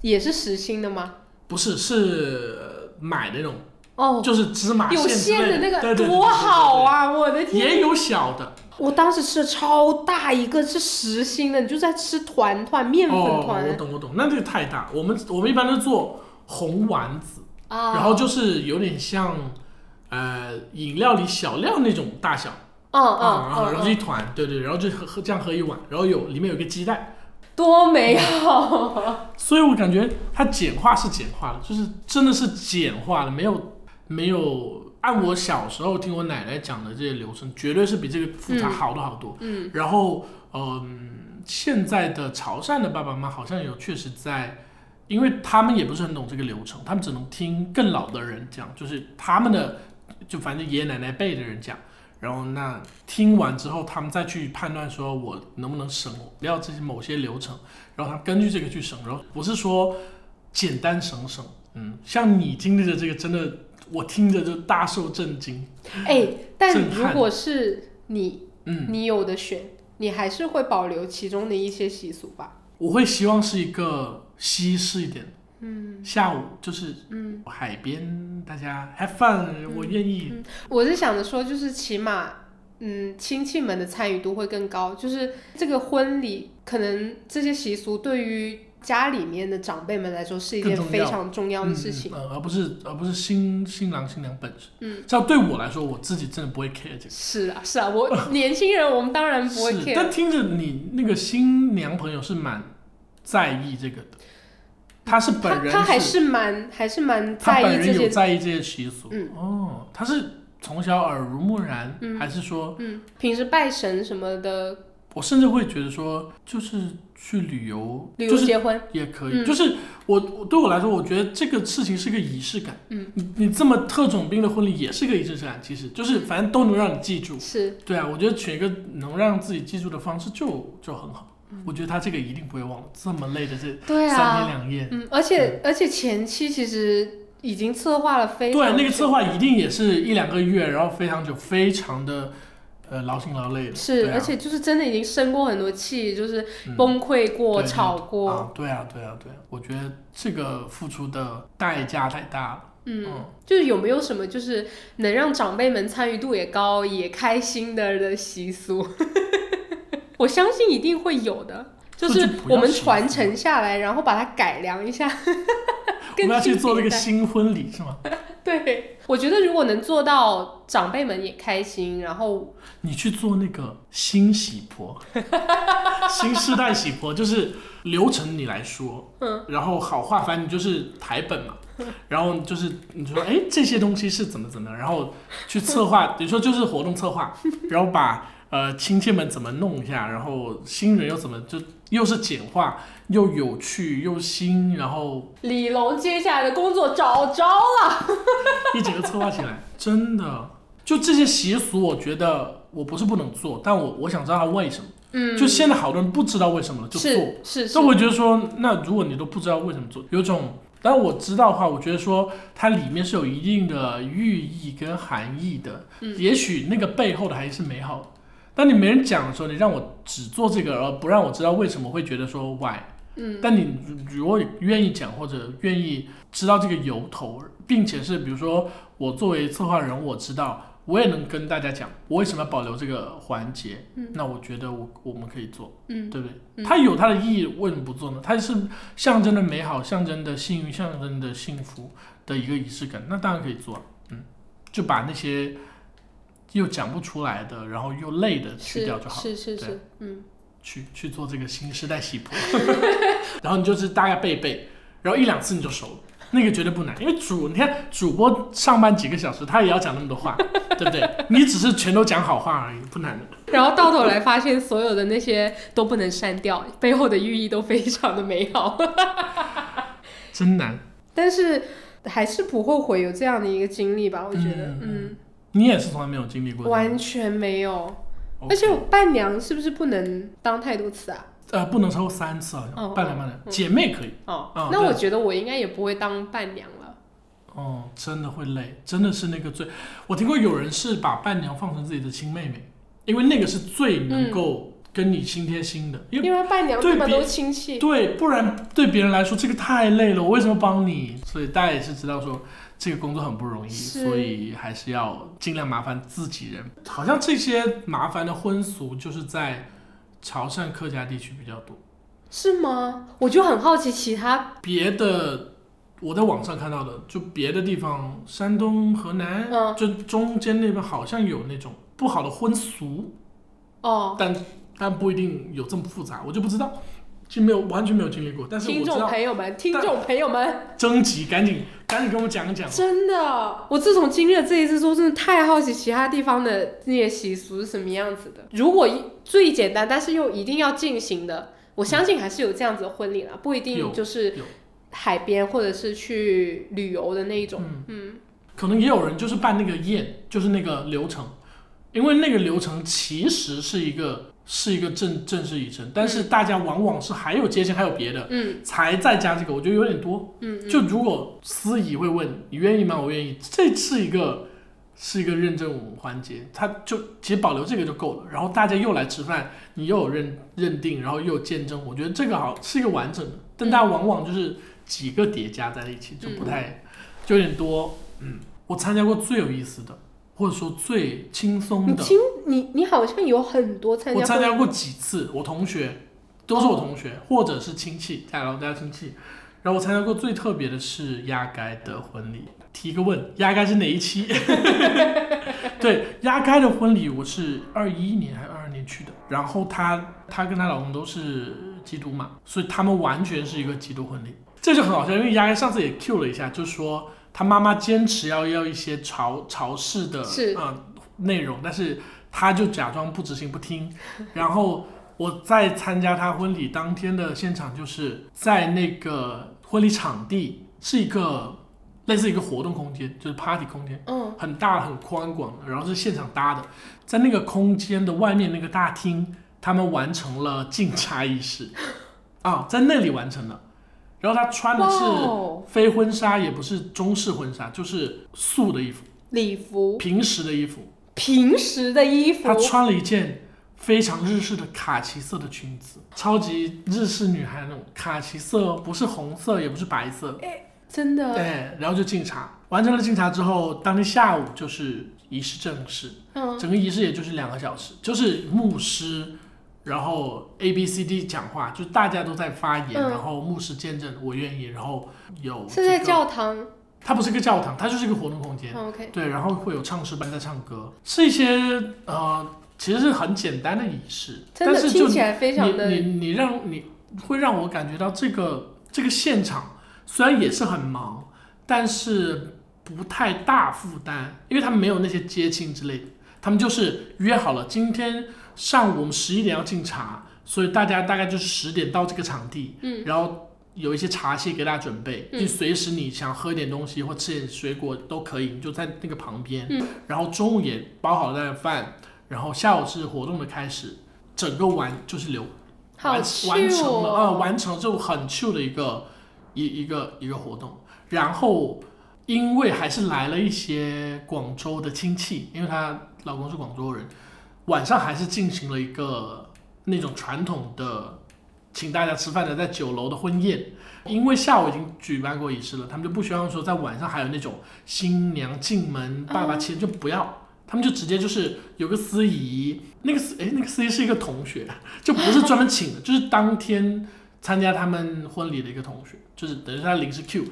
Speaker 2: 也是实心的吗？
Speaker 1: 不是是买的那种，
Speaker 2: 哦，
Speaker 1: 就是芝麻
Speaker 2: 有
Speaker 1: 馅
Speaker 2: 馅
Speaker 1: 之类
Speaker 2: 的那
Speaker 1: 对
Speaker 2: 个
Speaker 1: 对对
Speaker 2: 多
Speaker 1: 对对
Speaker 2: 好啊！我的
Speaker 1: 对对
Speaker 2: 天，
Speaker 1: 也有小的
Speaker 2: 我当时吃了超大一个，是实心的，你就在吃团团面粉
Speaker 1: 哦，我
Speaker 2: 团
Speaker 1: 懂我懂，那这个太大，我们我们一般都做红丸子。
Speaker 2: 啊，
Speaker 1: 然后就是有点像，呃，饮料里小料那种大小
Speaker 2: 嗯
Speaker 1: 啊，
Speaker 2: 嗯
Speaker 1: 然后
Speaker 2: 嗯
Speaker 1: 然后就
Speaker 2: 嗯，
Speaker 1: 一团，对对，然后就喝喝这样喝一碗，然后有里面有一个鸡蛋，
Speaker 2: 多美啊好！
Speaker 1: 所以我感觉它简化是简化了，就是真的是简化了，没有没有按我小时候听我奶奶讲的这些流程，绝对是比这个复杂
Speaker 2: 嗯
Speaker 1: 好多好多。
Speaker 2: 嗯，
Speaker 1: 然后嗯，现在的潮汕的爸爸妈妈好像有确实在，因为他们也不是很懂这个流程，他们只能听更老的人讲，就是他们的就反正爷爷奶奶辈的人讲。然后那听完之后，他们再去判断说我能不能省掉这些某些流程，然后他们根据这个去省，然后不是说简单省省，嗯，像你经历的这个真的，我听着就大受震惊，
Speaker 2: 哎，但
Speaker 1: 震
Speaker 2: 如
Speaker 1: 撼
Speaker 2: 果是你，
Speaker 1: 嗯，
Speaker 2: 你有的选，你还是会保留其中的一些习俗吧？
Speaker 1: 我会希望是一个西式一点，嗯，下午就是
Speaker 2: 嗯，
Speaker 1: 海边，大家 have fun，我愿意，
Speaker 2: 我是想着说，就是起码，嗯，亲戚们的参与度会更高。就是这个婚礼，可能这些习俗对于家里面的长辈们来说是一件
Speaker 1: 更重
Speaker 2: 非
Speaker 1: 要
Speaker 2: 常重要的事情。
Speaker 1: 嗯呃而不是而不是新新郎新娘本身，
Speaker 2: 嗯，
Speaker 1: 这样对我来说，我自己真的不会 care 这个。
Speaker 2: 是啊，是啊， 我年轻人，我们当然不会
Speaker 1: 是，
Speaker 2: care。
Speaker 1: 但听着你那个新娘朋友是蛮在意这个的，她是
Speaker 2: 他
Speaker 1: 本人
Speaker 2: 他还
Speaker 1: 是
Speaker 2: 是蛮还是蛮
Speaker 1: 她
Speaker 2: 在
Speaker 1: 本
Speaker 2: 意这
Speaker 1: 人有
Speaker 2: 些，
Speaker 1: 在意这些习俗，
Speaker 2: 嗯，
Speaker 1: 哦，她是从小耳濡目染，
Speaker 2: 嗯
Speaker 1: 还是说，
Speaker 2: 嗯，平时拜神什么的，
Speaker 1: 我甚至会觉得说，就是去旅游，
Speaker 2: 旅
Speaker 1: 就
Speaker 2: 游
Speaker 1: 是
Speaker 2: 结婚，
Speaker 1: 也可以，
Speaker 2: 嗯
Speaker 1: 就是我我对我来说，我觉得这个事情是个仪式感。
Speaker 2: 嗯，
Speaker 1: 你你这么特种兵的婚礼也是个仪式感，其实就是反正都能让你记住。
Speaker 2: 是
Speaker 1: 对啊，我觉得选一个能让自己记住的方式就就很好。我觉得他这个一定不会忘了，这么累的这
Speaker 2: 嗯对
Speaker 1: 三天
Speaker 2: 啊，
Speaker 1: 两夜，
Speaker 2: 嗯，而且而且前期其实已经策划了非常
Speaker 1: 对啊那个
Speaker 2: 久
Speaker 1: 策划一定也是一两个月，然后非常久，非常的呃劳心劳累的。
Speaker 2: 是，
Speaker 1: 对啊、
Speaker 2: 而且就是真的已经生过很多气，就是
Speaker 1: 嗯
Speaker 2: 崩溃过、
Speaker 1: 对
Speaker 2: 吵过，
Speaker 1: 啊，对啊，对啊，对啊，我觉得这个付出的代价太大了。
Speaker 2: 嗯，就是有没有什么就是能让长辈们参与度也高、也开心的的习俗？ 我相信一定会有的，就
Speaker 1: 这
Speaker 2: 是
Speaker 1: 就不要
Speaker 2: 我们
Speaker 1: 习俗
Speaker 2: 传
Speaker 1: 了
Speaker 2: 承下来，然后把它改良一下。
Speaker 1: 我
Speaker 2: 更
Speaker 1: 们要去
Speaker 2: 新
Speaker 1: 做
Speaker 2: 迭
Speaker 1: 这个
Speaker 2: 代
Speaker 1: 新婚礼是吗？
Speaker 2: 对，我觉得如果能做到长辈们也开心，然后
Speaker 1: 你去做那个新喜婆，新世代喜婆，就是流程你来说，
Speaker 2: 嗯，
Speaker 1: 然后好话反正你就是台本嘛，然后就是你就说哎这些东西是怎么怎么样，然后去策划，比如说就是活动策划，然后把呃亲戚们怎么弄一下，然后新人又怎么就又是简化又有趣又新，然后
Speaker 3: 李龙接下来的工作找着了，
Speaker 1: 一整个策划起来，真的就这些习俗，我觉得我不是不能做，但我我想知道它为什么。
Speaker 2: 嗯，
Speaker 1: 就现在好多人不知道为什么了就做，
Speaker 2: 是是是
Speaker 1: 那，我觉得说，那如果你都不知道为什么做，有种，但我知道的话，我觉得说它里面是有一定的寓意跟含义的，
Speaker 2: 嗯
Speaker 1: 也许那个背后的含义是美好的。当你没人讲的时候，你让我只做这个，而不让我知道为什么，会觉得说 why。
Speaker 2: 嗯，
Speaker 1: 但你如果愿意讲或者愿意知道这个由头，并且是比如说我作为策划人，我知道我也能跟大家讲我为什么要保留这个环节，
Speaker 2: 嗯
Speaker 1: 那我觉得我我们可以做，
Speaker 2: 嗯
Speaker 1: 对不对？
Speaker 2: 嗯
Speaker 1: 它有它的意义，为什么不做呢？它是象征的美好，象征的幸运，象征的幸福的一个仪式感，那当然可以做啊，嗯，就把那些又讲不出来的，然后又累的去
Speaker 2: 是
Speaker 1: 掉就好了。
Speaker 2: 是是
Speaker 1: 对
Speaker 2: 是，嗯，
Speaker 1: 去去做这个新时代洗 谱，然后你就是大概背一背，然后一两次你就熟了，那个绝对不难，因为主你看主播上班几个小时，他也要讲那么多 话，对不对？你只是全都讲好话而已，不难的。
Speaker 2: 然后到头来发现所有的那些都不能删掉，背后的寓意都非常的美好，
Speaker 1: 真难。
Speaker 2: 但是还是不后悔有这样的一个经历吧，我觉得
Speaker 1: 嗯，
Speaker 2: 嗯，
Speaker 1: 你也是从来没有经历过这样
Speaker 2: 完全没有。
Speaker 1: OK
Speaker 2: 而且我伴娘是不是不能当太多次啊？
Speaker 1: 呃，不能超过三次好
Speaker 2: 哦
Speaker 1: 像，半两半两，姐妹可以。
Speaker 2: 哦，
Speaker 1: 哦
Speaker 2: 那
Speaker 1: 对
Speaker 2: 我觉得我应该也不会当伴娘了。
Speaker 1: 哦，真的会累，真的是那个最，我听过有人是把伴娘放成自己的亲妹妹，因为那个是最能
Speaker 2: 嗯
Speaker 1: 够跟你心贴心的，因为
Speaker 2: 因为伴娘
Speaker 1: 对
Speaker 2: 他们
Speaker 1: 比
Speaker 2: 都亲戚，
Speaker 1: 对，不然对别人来说这个太累了，我为什么帮你？所以大家也是知道说这个工作很不容易，
Speaker 2: 是
Speaker 1: 所以还是要尽量麻烦自己人。好像这些麻烦的婚俗就是在潮汕客家地区比较多，
Speaker 2: 是吗？我就很好奇其他，
Speaker 1: 别的我在网上看到的，就别的地方，山东、河南，
Speaker 2: 嗯
Speaker 1: 就中间那边好像有那种不好的婚俗，
Speaker 2: 哦，
Speaker 1: 但但不一定有这么复杂，我就不知道。就没有完全没有经历过，但是我
Speaker 2: 听
Speaker 1: 知
Speaker 2: 众
Speaker 1: 道
Speaker 2: 朋友们，听众朋友们，
Speaker 1: 征集，赶紧赶紧跟我讲一讲。
Speaker 2: 真的，我自从经历了这一次之后，真的太好奇其他地方的那些习俗是什么样子的。如果一最简单，但是又一定要进行的，我相信还是有这样子的婚礼啦，不一
Speaker 1: 有
Speaker 2: 定就是
Speaker 1: 有
Speaker 2: 海边或者是去旅游的那一种。
Speaker 1: 嗯
Speaker 2: 嗯，
Speaker 1: 可能也有人就是办那个宴，就是那个流程，因为那个流程其实是一个是一个正正式仪程，但是大家往往是还有接线，还有别的，
Speaker 2: 嗯
Speaker 1: 才再加这个，我觉得有点多。
Speaker 2: 嗯，嗯
Speaker 1: 就如果司仪会问你愿意吗？我愿意，这是一个是一个认证环节，他就其实保留这个就够了。然后大家又来吃饭，你又有认认定，然后又有见证，我觉得这个好是一个完整的，但大家往往就是几个叠加在一起，就不
Speaker 2: 嗯
Speaker 1: 太就有点多。嗯，我参加过最有意思的，或者说最轻松
Speaker 2: 你
Speaker 1: 的，
Speaker 2: 听你你好像有很多参加
Speaker 1: 我
Speaker 2: 婚
Speaker 1: 参加过几次，我同学都是我同学，或者是亲戚，家老家亲戚。然后我参加过最特别的是压该的婚礼。提一个问，压该是哪一期？对，压该的婚礼我是二一年还是二二年去的。然后她她跟她老公都是基督嘛，所以他们完全是一个基督婚礼。这就很好笑，因为压该上次也 Q 了一下，就说她妈妈坚持要要一些潮潮式的
Speaker 2: 是
Speaker 1: 嗯、内容，但是他就假装不执行不听， 然后我在参加他婚礼当天的现场，就是在那个婚礼场地是一个类似一个活动空间，就是 party 空间，
Speaker 2: 嗯
Speaker 1: 很大很宽广，然后是现场搭的，在那个空间的外面那个大厅，他们完成了敬茶仪式， 啊，在那里完成了，然后他穿的
Speaker 2: 哇
Speaker 1: 是
Speaker 2: 哦
Speaker 1: 非婚纱，也不是中式婚纱，就是素的衣服，
Speaker 2: 礼服，
Speaker 1: 平时的衣服，
Speaker 2: 平时的哦衣服
Speaker 1: 她穿了一件非常日式的卡其色的裙子，超级日式女孩那种卡其色，不是红色也不是白色，
Speaker 2: 哎真的，
Speaker 1: 对，然后就敬茶，完成了敬茶之后，当天下午就是仪式正式，
Speaker 2: 嗯
Speaker 1: 整个仪式也就是两个小时，就是牧师，然后 A B C D 讲话，就大家都在发言，
Speaker 2: 嗯
Speaker 1: 然后牧师见证我愿意，然后有、这
Speaker 2: 是
Speaker 1: 个、嗯
Speaker 2: 在教堂。
Speaker 1: 它不是一个教堂，它就是一个活动空间，
Speaker 2: 嗯 OK，
Speaker 1: 对，然后会有唱诗班在唱歌，是一些呃，其实是很简单的仪式，
Speaker 2: 真
Speaker 1: 但
Speaker 2: 的
Speaker 1: 是就
Speaker 2: 听起来非常的
Speaker 1: 你你你让你会让我感觉到这个这个现场虽然也是很忙，但是不太大负担，因为他们没有那些接亲之类的，他们就是约好了今天上午我们十一点要敬茶，所以大家大概就是十点到这个场地，嗯，然后有一些茶歇给大家准备，
Speaker 2: 嗯
Speaker 1: 就随时你想喝一点东西或吃点水果都可以，你就在那个旁边，
Speaker 2: 嗯，
Speaker 1: 然后中午也包好了饭，然后下午是活动的开始，整个完就是流
Speaker 2: 好
Speaker 1: 完
Speaker 2: c
Speaker 1: 完成了啊、
Speaker 2: 哦，
Speaker 1: 完成就很 chill 的一个一一个一个活动。然后因为还是来了一些广州的亲戚，因为她老公是广州人，晚上还是进行了一个那种传统的请大家吃饭的在酒楼的婚宴。因为下午已经举办过仪式了，他们就不希望说在晚上还有那种新娘进门，爸爸亲就不要。他们就直接就是有个司仪，那个司哎那个司仪是一个同学， 就不是专门请的， 就是当天参加他们婚礼的一个同学，就是等于是他临时 Q。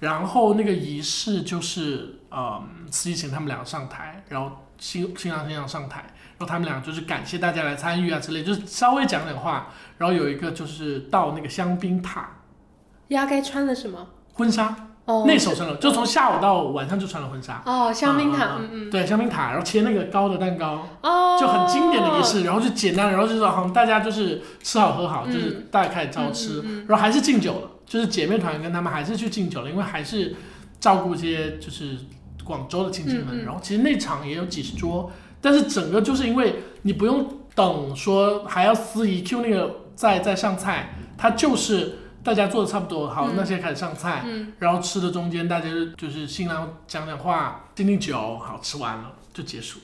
Speaker 1: 然后那个仪式就是，嗯，司仪请他们俩上台，然后新新郎新娘上台，然后他们俩就是感谢大家来参与啊之类，就是稍微讲点话。然后有一个就是到那个香槟塔
Speaker 2: 鸭该穿了什么？
Speaker 1: 婚纱，
Speaker 2: 哦，
Speaker 1: 那时候穿了，就从下午到晚上就穿了婚纱。
Speaker 2: 哦，香槟塔，
Speaker 1: 嗯
Speaker 2: 嗯嗯，
Speaker 1: 对，香槟塔，然后切那个高的蛋糕，
Speaker 2: 哦，
Speaker 1: 就很经典的仪式，然后就简单，然后就是好像大家就是吃好喝好，
Speaker 2: 嗯
Speaker 1: 就是大家开始照吃，然后还是敬酒了，就是姐妹团跟他们还是去敬酒了，因为还是照顾这些就是广州的亲戚们，
Speaker 2: 嗯嗯
Speaker 1: 然后其实那场也有几十桌，但是整个就是因为你不用等说还要司仪 Q 那个再再上菜，它就是。大家做的差不多，好，
Speaker 2: 嗯
Speaker 1: 那现在开始上菜，
Speaker 2: 嗯
Speaker 1: 然后吃的中间大家就就是新郎讲讲话，敬敬酒，好，吃完了就结束。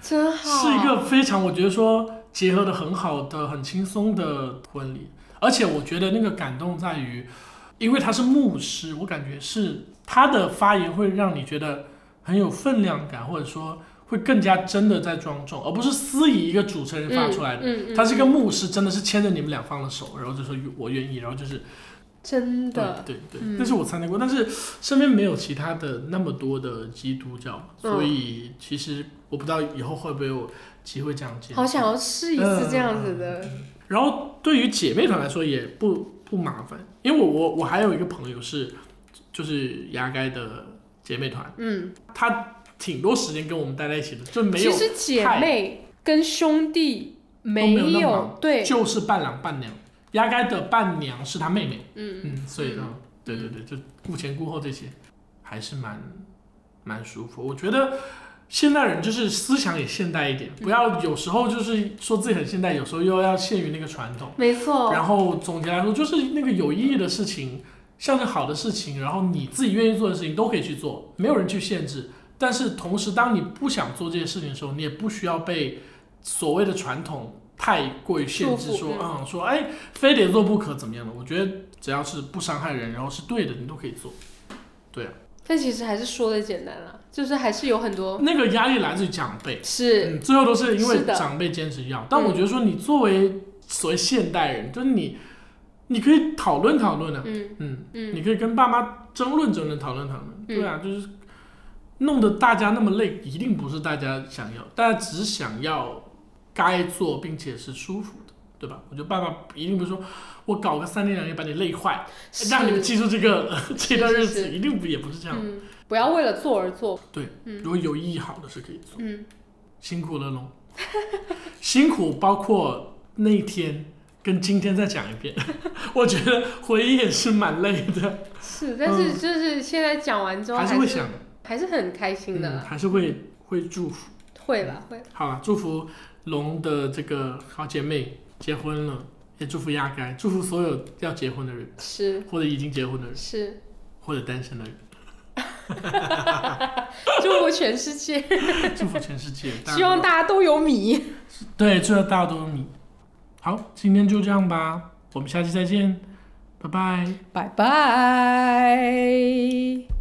Speaker 2: 真好，
Speaker 1: 是一个非常我觉得说结合的很好的、很轻松的婚礼，而且我觉得那个感动在于，因为他是牧师，我感觉是他的发言会让你觉得很有分量感，或者说会更加真的在庄重，而不是司仪一个主持人发出来的。
Speaker 2: 嗯嗯，
Speaker 1: 他是一个牧师，真的是牵着你们两方的手，然后就说我愿意，然后就是
Speaker 2: 真
Speaker 1: 对
Speaker 2: 的，
Speaker 1: 对对，
Speaker 2: 嗯
Speaker 1: 那是我参加过，但是身边没有其他的那么多的基督教嘛，
Speaker 2: 嗯
Speaker 1: 所以其实我不知道以后会不会有机会这样见。
Speaker 2: 好想要试一次这样子的，
Speaker 1: 然后对于姐妹团来说也不不麻烦，因为我我我还有一个朋友是就是牙该的姐妹团，
Speaker 2: 嗯，
Speaker 1: 她挺多时间跟我们待在一起的，就嗯没
Speaker 2: 其
Speaker 1: 有
Speaker 2: 实姐妹跟兄弟没
Speaker 1: 都没有那么忙
Speaker 2: 对，
Speaker 1: 就是伴郎伴娘，牙该的伴娘是她妹妹，
Speaker 2: 嗯，
Speaker 1: 嗯，所以呢，
Speaker 2: 嗯
Speaker 1: 对对对，就顾前顾后这些，还是蛮蛮舒服。我觉得现代人就是思想也现代一点，不要有时候就是说自己很现代，有时候又要限于那个传统。
Speaker 2: 没错，
Speaker 1: 然后总结来说，就是那个有意义的事情，像是好的事情，然后你自己愿意做的事情都可以去做，没有人去限制。但是同时，当你不想做这些事情的时候，你也不需要被所谓的传统太过于限制，
Speaker 2: 束缚
Speaker 1: 说嗯，说哎，非得做不可怎么样的。我觉得只要是不伤害人，然后是对的，你都可以做。
Speaker 2: 但其实还是说的简单了，就是还是有很多
Speaker 1: 那个压力来自于长辈，
Speaker 2: 是
Speaker 1: 嗯，最后都是因为
Speaker 2: 是的嗯
Speaker 1: 长辈坚持要。但我觉得说，你作为所谓现代人，就是你，你可以讨论讨论啊，
Speaker 2: 嗯
Speaker 1: 嗯，
Speaker 2: 嗯，
Speaker 1: 你可以跟爸妈争论争论、讨论讨论。对啊，就是弄得大家那么累，一定不是大家想要，大家只想要该做并且是舒服的，对吧？我觉得爸爸一定不是说我搞个三天两夜把你累坏，
Speaker 2: 是
Speaker 1: 让你们记住这个这段日
Speaker 2: 是
Speaker 1: 子，
Speaker 2: 是
Speaker 1: 一定不也不是这样。
Speaker 2: 嗯，不要为了做而做，
Speaker 1: 对，
Speaker 2: 嗯
Speaker 1: 如果有意义好的是可以做，
Speaker 2: 嗯，
Speaker 1: 辛苦了龙， 辛苦包括那一天。跟今天再讲一遍， 我觉得回忆也是蛮累的，
Speaker 2: 是，但是就是现在讲完之
Speaker 1: 嗯
Speaker 2: 后
Speaker 1: 还是
Speaker 2: 是
Speaker 1: 会想，
Speaker 2: 还是很开心的
Speaker 1: 嗯，
Speaker 2: 啦，
Speaker 1: 还是会会祝福。
Speaker 2: 会了会了，
Speaker 1: 好了，祝福龙的这个好姐妹结婚了，也祝福鸭该，祝福所有要结婚的人，
Speaker 2: 是
Speaker 1: 或者已经结婚的人，
Speaker 2: 是，
Speaker 1: 或者单身的人，
Speaker 2: 祝福全世界，
Speaker 1: 祝福全世界。大家
Speaker 2: 希望大家都有米，
Speaker 1: 对，祝福大家都有米。好，今天就这样吧，我们下期再见，拜拜。
Speaker 2: 拜拜。